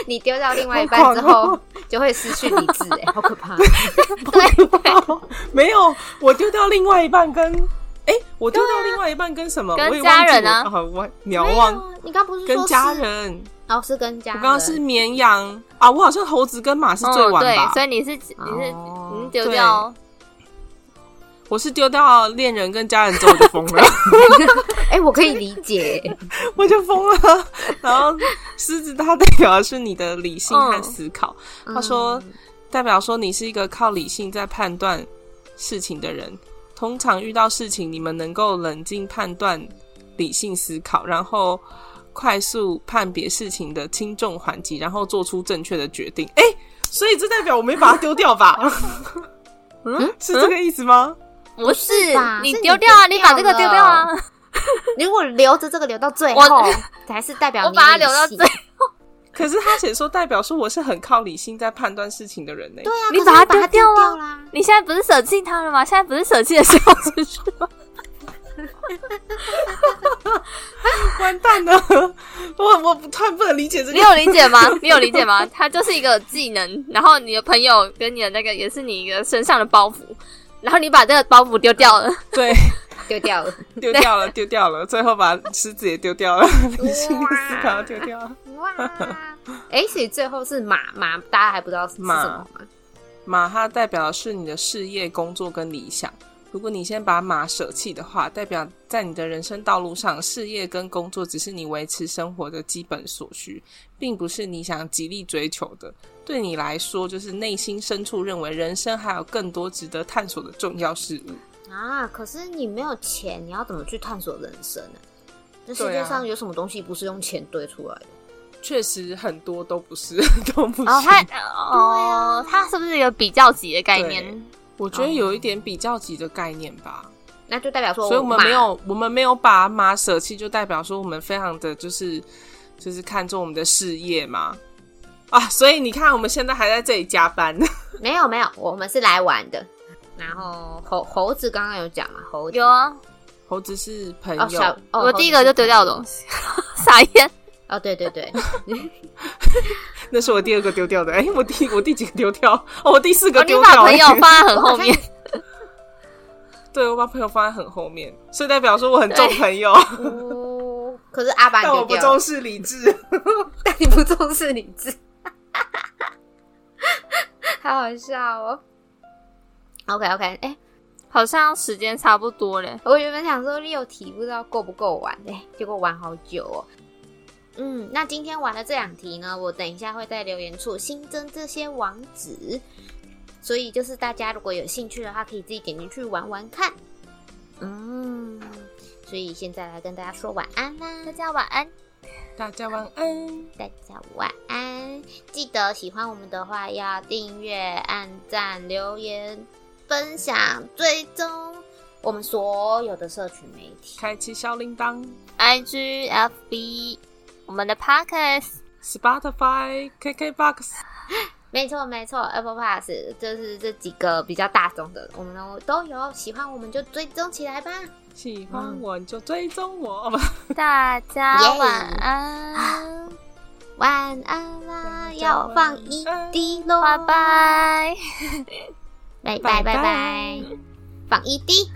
Speaker 1: 你丢掉另外一半之
Speaker 2: 好
Speaker 1: 后
Speaker 2: 恐，
Speaker 1: 就会失去
Speaker 2: [LAUGHS]
Speaker 1: 理智、哎，好可怕！
Speaker 2: 没有，我丢掉另外一半跟哎、我丢掉另外一半跟什么？
Speaker 3: 跟
Speaker 2: 我也忘记
Speaker 3: 家人啊
Speaker 2: 我我
Speaker 1: 没
Speaker 2: 苗
Speaker 1: 有
Speaker 2: 忘
Speaker 1: 啊，你刚不是说
Speaker 2: 跟
Speaker 1: 是
Speaker 2: 家？人，
Speaker 1: 哦，是跟家
Speaker 2: 我
Speaker 1: 人。
Speaker 2: 刚刚是绵羊啊，我好像猴子跟马是最晚
Speaker 3: 嗯对
Speaker 2: 吧，，
Speaker 3: 所以你是你是
Speaker 1: 哦
Speaker 3: 你是丢掉
Speaker 2: 我是丢掉恋人跟家人之后我就疯了，
Speaker 1: [LAUGHS]
Speaker 2: [LAUGHS]
Speaker 1: 哎、我可以理解、
Speaker 2: 我就疯了。 [LAUGHS] 然后狮子它代表的是你的理性和
Speaker 3: 嗯
Speaker 2: 思考，他说
Speaker 1: 嗯
Speaker 2: 代表说你是一个靠理性在判断事情的人。通常遇到事情，你们能够冷静判断、理性思考，然后快速判别事情的轻重缓急，然后做出正确的决定。哎、所以这代表我没把它丢掉吧？嗯，是这个意思吗？
Speaker 3: 不是
Speaker 1: 不是吧
Speaker 3: 你
Speaker 1: 是你
Speaker 3: 丢掉啊，
Speaker 1: 丢
Speaker 3: 你把这个
Speaker 1: 掉
Speaker 3: 丢掉啊，
Speaker 1: 如果留着这个留到最
Speaker 3: 我
Speaker 1: 后，才是代表
Speaker 3: 我
Speaker 1: 你
Speaker 3: 把它
Speaker 1: 理
Speaker 3: 留到
Speaker 1: 性
Speaker 3: 最
Speaker 2: 可是他写说代表说我是很靠理性在判断事情的人呢、
Speaker 1: 对啊，
Speaker 3: 你
Speaker 1: 可是
Speaker 3: 把它
Speaker 1: 把它
Speaker 3: 丢
Speaker 1: 丢
Speaker 3: 掉
Speaker 1: 掉啦。
Speaker 3: [LAUGHS] 你现在不是舍弃他了吗？现在不是舍弃的时候，是是吗？
Speaker 2: 完蛋了！ [LAUGHS] 我我突然不能理解这
Speaker 3: 你
Speaker 2: 个
Speaker 3: 有理解吗？ [LAUGHS] 你有理解吗？它就是一个技能，然后你的朋友跟你的那个也是你一个身上的包袱，然后你把这个包袱丢掉了，
Speaker 2: 对。
Speaker 1: [LAUGHS] 丢掉 [LAUGHS] 了，
Speaker 2: [LAUGHS] 丢掉了，丢掉了，最后把狮子也丢掉了，理性的思考丢掉了。
Speaker 1: 哇！哎、所以最后是马马，大家还不知道是是什
Speaker 2: 马
Speaker 1: 么吗？
Speaker 2: 马它代表的是你的事业、工作跟理想。如果你先把马舍弃的话，代表在你的人生道路上，事业跟工作只是你维持生活的基本所需，并不是你想极力追求的。对你来说，就是内心深处认为人生还有更多值得探索的重要事物。
Speaker 1: 啊，可是你没有钱，你要怎么去探索人生呢、这世
Speaker 2: 对
Speaker 1: 界
Speaker 2: 啊
Speaker 1: 上有什么东西不是用钱堆出来的？
Speaker 2: 确实，很多都不是， [LAUGHS] 都不是。
Speaker 3: 然后 [LAUGHS] 它哦，它是不是一个比较级的概念？
Speaker 2: 我觉得有一点比较级的概念吧。
Speaker 1: 那就代表
Speaker 3: 哦
Speaker 1: 说，
Speaker 2: 所以我们
Speaker 1: 马
Speaker 2: 没有，我们没有把马舍弃，就代表说我们非常的就是就是看重我们的事业嘛。啊，所以你看，我们现在还在这里加班， [LAUGHS]
Speaker 1: 没有没有，我们是来玩的。然后猴猴子刚刚有讲嘛，猴子
Speaker 3: 有啊，
Speaker 2: 猴子是朋
Speaker 1: 哦
Speaker 2: 友，
Speaker 1: 小哦，
Speaker 3: 我
Speaker 1: 猴
Speaker 3: 第一
Speaker 1: 子
Speaker 3: 个
Speaker 1: 是
Speaker 3: 就丢掉的东西， [LAUGHS] 傻眼。
Speaker 1: 哦，对对对，
Speaker 2: 那是我第二个丢掉的。哎、我第我第几个丢掉？哦，我第四
Speaker 3: 哦，
Speaker 2: 个
Speaker 3: 你
Speaker 2: 丢
Speaker 3: 把
Speaker 2: 掉、
Speaker 3: 朋友
Speaker 2: 哎
Speaker 3: 放在很
Speaker 1: 我好
Speaker 3: 后
Speaker 1: 像
Speaker 3: 面， [LAUGHS]
Speaker 2: 对，我把朋友放在很后面，所以代表说我很重朋 [LAUGHS] 友，
Speaker 1: 哦，可是阿爸你
Speaker 2: 但我
Speaker 1: 丢
Speaker 2: 不
Speaker 1: 掉
Speaker 2: 重
Speaker 1: 了，
Speaker 2: 视理智。 [LAUGHS]
Speaker 1: 但你不重视理智， [LAUGHS] 好好笑哦。OK OK，哎、
Speaker 3: 好像时间差不多嘞。
Speaker 1: 我原本想说六题不知道够不够玩，哎、结果玩好久哦。嗯，那今天玩的这两题呢，我等一下会在留言处新增这些网址，所以就是大家如果有兴趣的话，可以自己点进去玩玩看。嗯，所以现在来跟大家说晚安啦，
Speaker 3: 大家晚安，
Speaker 2: 大家晚安。
Speaker 1: 大家晚安。记得喜欢我们的话，要订阅、按赞、留言、分享、追踪我们所有的社群媒体。
Speaker 2: 开启小铃铛
Speaker 3: IG、FB，我们的 Podcast，
Speaker 2: ，Spotify、KKBox，
Speaker 1: 没错没错，Apple Pass 就是这几个比较大众的，我们都都有，喜欢我们就追踪起来吧。
Speaker 2: 喜欢我就追踪我，不
Speaker 3: 大家
Speaker 1: 耶
Speaker 3: 晚安，
Speaker 1: 晚安啦，要放一滴喽，
Speaker 3: 拜拜。
Speaker 1: 拜拜拜拜，放一滴。